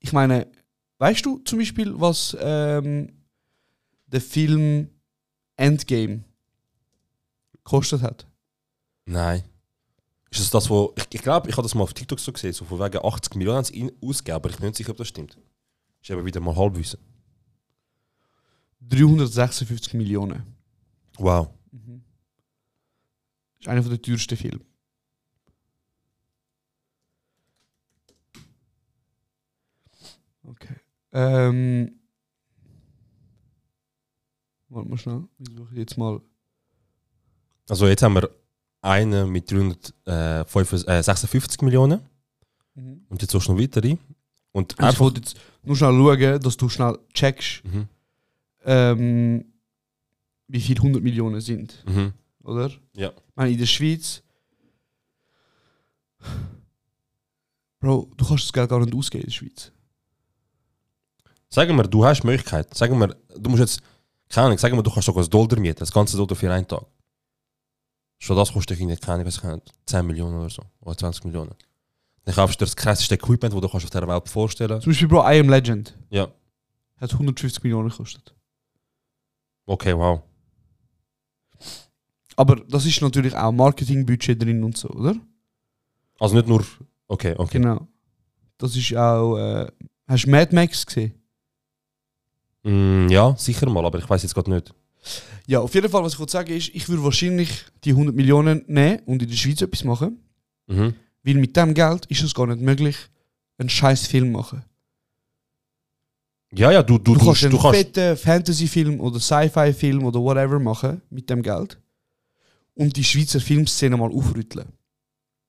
Ich meine, weißt du zum Beispiel, was ähm, der Film Endgame gekostet hat?
Nein. Ist das das, wo. Ich, ich glaube, ich habe das mal auf TikTok so gesehen, so von wegen 80 Millionen haben sie ihn ausgegeben, aber ich bin nicht sicher, ob das stimmt. Ist eben wieder mal halbwissen.
356 Millionen.
Wow.
Ist einer der teuersten Filme. Okay. Ähm. Warte mal schnell. Ich suche jetzt mal.
Also jetzt haben wir einen mit äh, 356 Millionen und jetzt suchst du noch weitere. Und
Und Also, Ich
einfach.
wollte jetzt nur schnell schauen, dass du schnell checkst,
Mhm.
ähm, wie viel 100 Millionen sind,
Mhm.
oder?
Ja.
Ich meine, in der Schweiz. Bro, du kannst das Geld gar nicht ausgeben in der Schweiz.
Sagen wir, du hast die Möglichkeit. Sagen wir, du musst jetzt. Keine Ahnung, sagen wir, du kannst sogar das Dollar mieten, das ganze Dollar für einen Tag. Schon das kostet dich in keine Ahnung, was ich nicht, 10 Millionen oder so. Oder 20 Millionen. Dann kaufst du das krasseste Equipment, das du kannst auf der Welt vorstellen
Zum Beispiel, Bro, I Am Legend.
Ja.
Hat 150 Millionen gekostet.
Okay, wow.
Aber das ist natürlich auch Marketingbudget drin und so, oder?
Also nicht nur. Okay, okay.
Genau. Das ist auch. Äh, hast du Mad Max gesehen?
Mm, ja, sicher mal, aber ich weiß jetzt gerade nicht.
Ja, auf jeden Fall, was ich wollte sagen ist, ich würde wahrscheinlich die 100 Millionen nehmen und in der Schweiz etwas machen.
Mhm.
Weil mit dem Geld ist es gar nicht möglich, einen scheiß Film machen.
Ja, ja, du,
Du,
du, du
kannst
kannst.
einen
Du kannst
fetten Fantasy-Film oder Sci-Fi-Film oder whatever machen mit dem Geld. Und die Schweizer Filmszene mal aufrütteln.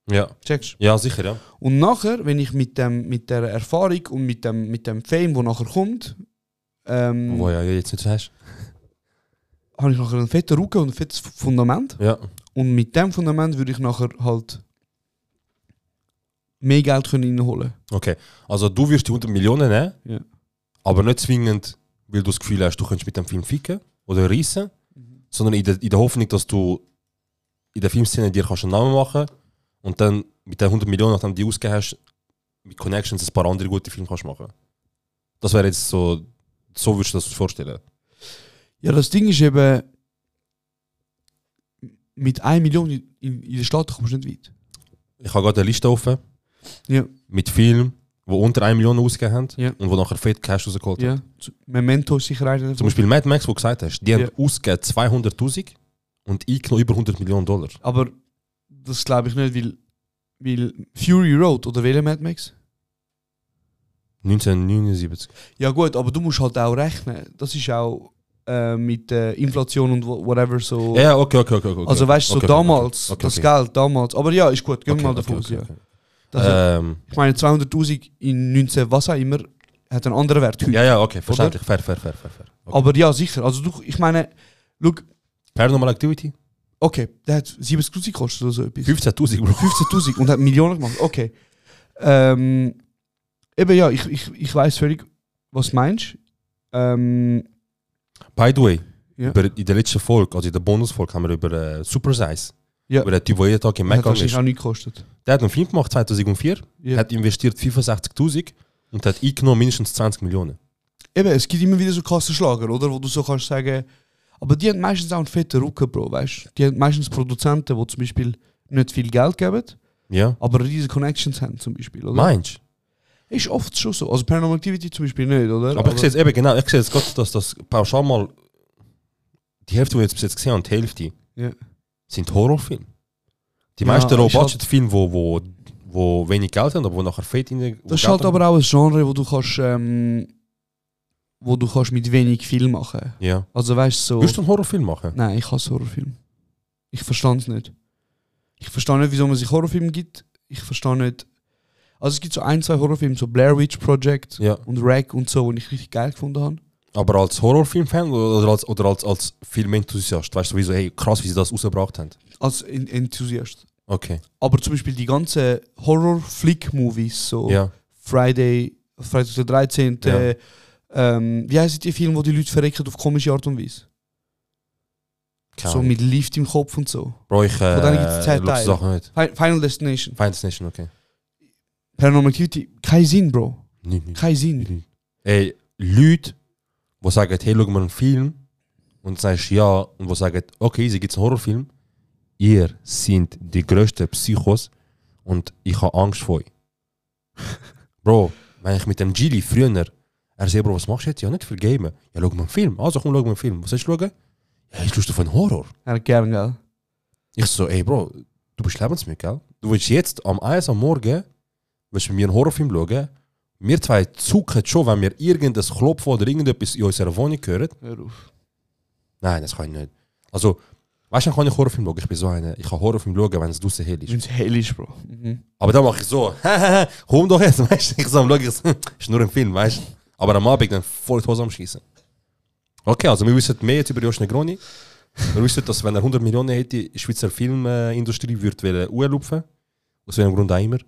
ja.
Checkst
ja, sicher, ja.
Und nachher, wenn ich mit, dem, mit der Erfahrung und mit dem, mit dem Fame, wo nachher kommt, ähm,
Wo ja jetzt nicht hast.
habe ich nachher einen fetten Rücken und ein fettes Fundament.
Ja.
Und mit dem Fundament würde ich nachher halt mehr Geld können reinholen.
Okay. Also du wirst die 100 Millionen nehmen,
Ja.
aber nicht zwingend, weil du das Gefühl hast, du könntest mit dem Film ficken oder reissen,
Mhm.
sondern in der, in der Hoffnung, dass du in der Filmszene dir kannst einen Namen machen und dann mit den 100 Millionen, nachdem du die ausgegeben hast, mit Connections ein paar andere gute Filme kannst machen. Das wäre jetzt so, so würdest du das vorstellen.
Ja, das Ding ist eben, mit 1 Million in, in in der Stadt kommst du nicht weit.
Ich habe gerade eine Liste offen.
Ja.
Mit Filmen, die unter 1 Million ausgegeben haben
Ja.
und die nachher fett Cash rausgeholt haben.
Ja. Z- Memento ist sicher einer
Zum
davon.
Beispiel Mad Max, wo du gesagt hast, die
Ja.
haben ausgegeben 200.000 und eingenommen über 100 Millionen Dollar.
Aber das glaube ich nicht, weil, weil Fury Road oder welcher Mad Max?
1979.
Ja gut, aber du musst halt auch rechnen. Das ist auch äh, mit äh, Inflation und wo- whatever so.
Ja, Ja, okay, okay, okay. okay.
Oh. Also weißt du, so
Okay, okay,
damals,
okay, okay,
das
okay.
Geld damals. Aber ja, ist gut, gehen wir mal davon aus.
okay,
Ja.
okay.
Das-
Ähm,
Ich meine, 200'000 in 19 was auch immer, hat einen anderen Wert heute.
ja, ja, okay, verständlich. Fair, fair, fair, fair. fair. Okay.
Aber ja, sicher. Also du, ich meine, look,
Paranormal Activity?
okay, der hat 70'000 gekostet oder so etwas.
15.000, Bro.
*laughs* 15'000 und hat Millionen gemacht, okay. Ähm, eben ja, ich, ich, ich weiß völlig, was du meinst. Ähm,
By the way,
Ja.
über, in der letzten Folge, also in der Bonusfolge, haben wir über äh, Super Size,
Ja.
über den Typ, der jeden Tag im
Hat
Mekka
wahrscheinlich
ist.
auch nicht gekostet.
Der hat einen Film gemacht, 2004,
Ja.
hat investiert 65'000 und hat eingenommen mindestens 20 Millionen.
Eben, es gibt immer wieder so Kassenschlager, oder? Wo du so kannst sagen, aber die haben meistens auch einen fetten Rücken, Bro, weißt du? Die haben meistens Produzenten, die zum Beispiel nicht viel Geld geben,
Ja?
aber riesige Connections haben, zum Beispiel, oder?
Meinst du?
Ist oft schon so. Also Paranormal Activity zum Beispiel nicht, oder?
Aber ich sehe jetzt eben genau, ich sehe jetzt gerade, dass das pauschal mal die Hälfte, die wir jetzt bis jetzt gesehen haben, die Hälfte,
Ja.
sind Horrorfilme. Die
Ja,
meisten
ist
Low-Budget-Filme, wo, wo, wo wenig Geld haben, aber wo nachher Fate in
Das ist halt aber auch ein Genre, wo du kannst, ähm, wo du kannst mit wenig viel machen.
Ja.
Also weißt du so.
Willst du einen Horrorfilm machen?
Nein, ich hasse Horrorfilme. Ich verstehe es nicht. Ich verstehe nicht, wieso man sich Horrorfilme gibt. Ich verstehe nicht. Also es gibt so ein, zwei Horrorfilme, so Blair Witch Project
Ja.
und Rack und so, die ich richtig geil gefunden habe.
Aber als Horrorfilm-Fan oder als, oder als, als Filmenthusiast? Weißt du, wieso, hey, krass, wie sie das rausgebracht haben?
Als en Enthusiast.
Okay.
Aber zum Beispiel die ganzen Horror-Flick-Movies, so
Ja.
Friday, Freitag der 13.
Ja.
Ähm, wie heißt die Filme, wo die Leute verrecken auf komische Art und Weise?
Keine
So
Ahnung.
mit Lift im Kopf und so.
Bro, ich äh,
Von denen gibt's zwei
schau die
Teile.
Sachen nicht.
Fi- Final Destination.
Final Destination, okay.
Paranormal Activity. Kein Sinn, Bro.
Nicht, nicht.
Kein Sinn.
Ey, Leute, die sagen, hey, schau mal einen Film und sagst ja und die sagen, okay, easy, gibt's einen Horrorfilm? Ihr sind die grössten Psychos und ich habe Angst
*laughs*
vor euch. Bro, wenn ich mit dem Gili früher, er sagt, Bro, was machst du jetzt? Ja, nicht viel Gamen. Ja, schau mal einen Film. Also komm, schau mal einen Film. Was sollst du schauen? Ja, ich lust auf einen Horror.
Ja, gern, gell?
Ich so, ey Bro, du bist lebensmüde, gell? Du willst jetzt am 1 am Morgen, willst du mit mir einen Horrorfilm schauen? Wir zwei zucken schon, wenn wir irgendein Klopfen oder irgendetwas in unserer Wohnung hören.
Hör auf.
Nein, das kann ich nicht. Also, weißt du, dann kann ich Horrorfilm schauen. Ich bin so einer. Ich kann Horrorfilm schauen, wenn es draußen hell ist.
Wenn es hell ist, Bro. Mhm.
Aber dann mache ich so, *laughs* komm doch jetzt, *laughs* weißt du? Ich so, am Schauen, ich so, *laughs* ist nur ein Film, weißt du? Aber am Abend dann voll die Hose am Schießen. Okay, also wir wissen mehr jetzt über Josh Negroni. Wir wissen, dass wenn er 100 Millionen hätte, die Schweizer Filmindustrie würde wollen anlupfen. Aus welchem Grund auch immer.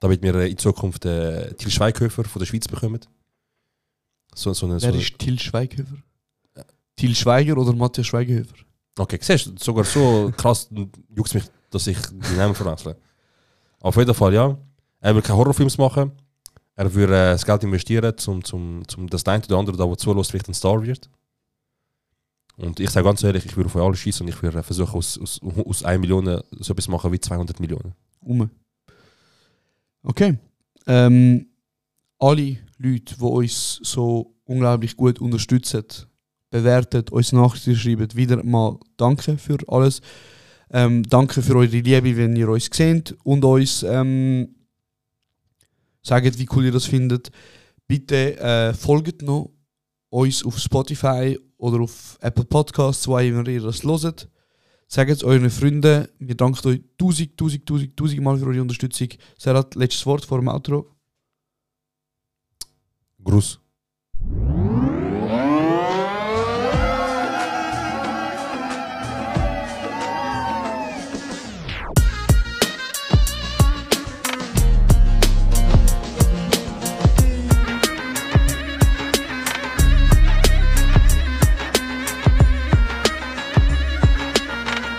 Damit wir äh, in Zukunft äh, Til Schweighöfer von der Schweiz bekommen. So, so eine, so
Wer
eine,
ist Till Schweighöfer? Also- Till Schweiger oder Matthias Schweighöfer?
okay, siehst du, sogar so krass juckt mich, dass ich die Namen verwechsle. Auf jeden Fall, ja. Er will keine Horrorfilms machen. Er würde äh, das Geld investieren, um zum, zum das eine oder andere, da wo zulässt, vielleicht ein Star wird. Und ich sage ganz ehrlich, ich würde auf euch alle schießen und ich würde äh, versuchen, aus, aus, aus 1 Million so etwas machen wie 200 Millionen.
Um. Okay. Ähm, alle Leute, die uns so unglaublich gut unterstützen, bewertet, uns Nachrichten schreiben, wieder mal danke für alles. Ähm, danke für eure Liebe, wenn ihr uns seht und uns ähm, sagt, wie cool ihr das findet. Bitte äh, folgt noch uns auf Spotify oder auf Apple Podcasts, wo auch immer ihr das hört. Sagt es euren Freunden. Wir danken euch tausend, tausend, tausend, tausend Mal für eure Unterstützung. Serat, letztes Wort vor dem Outro.
Gruß.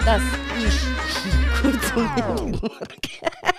Das ist kurz und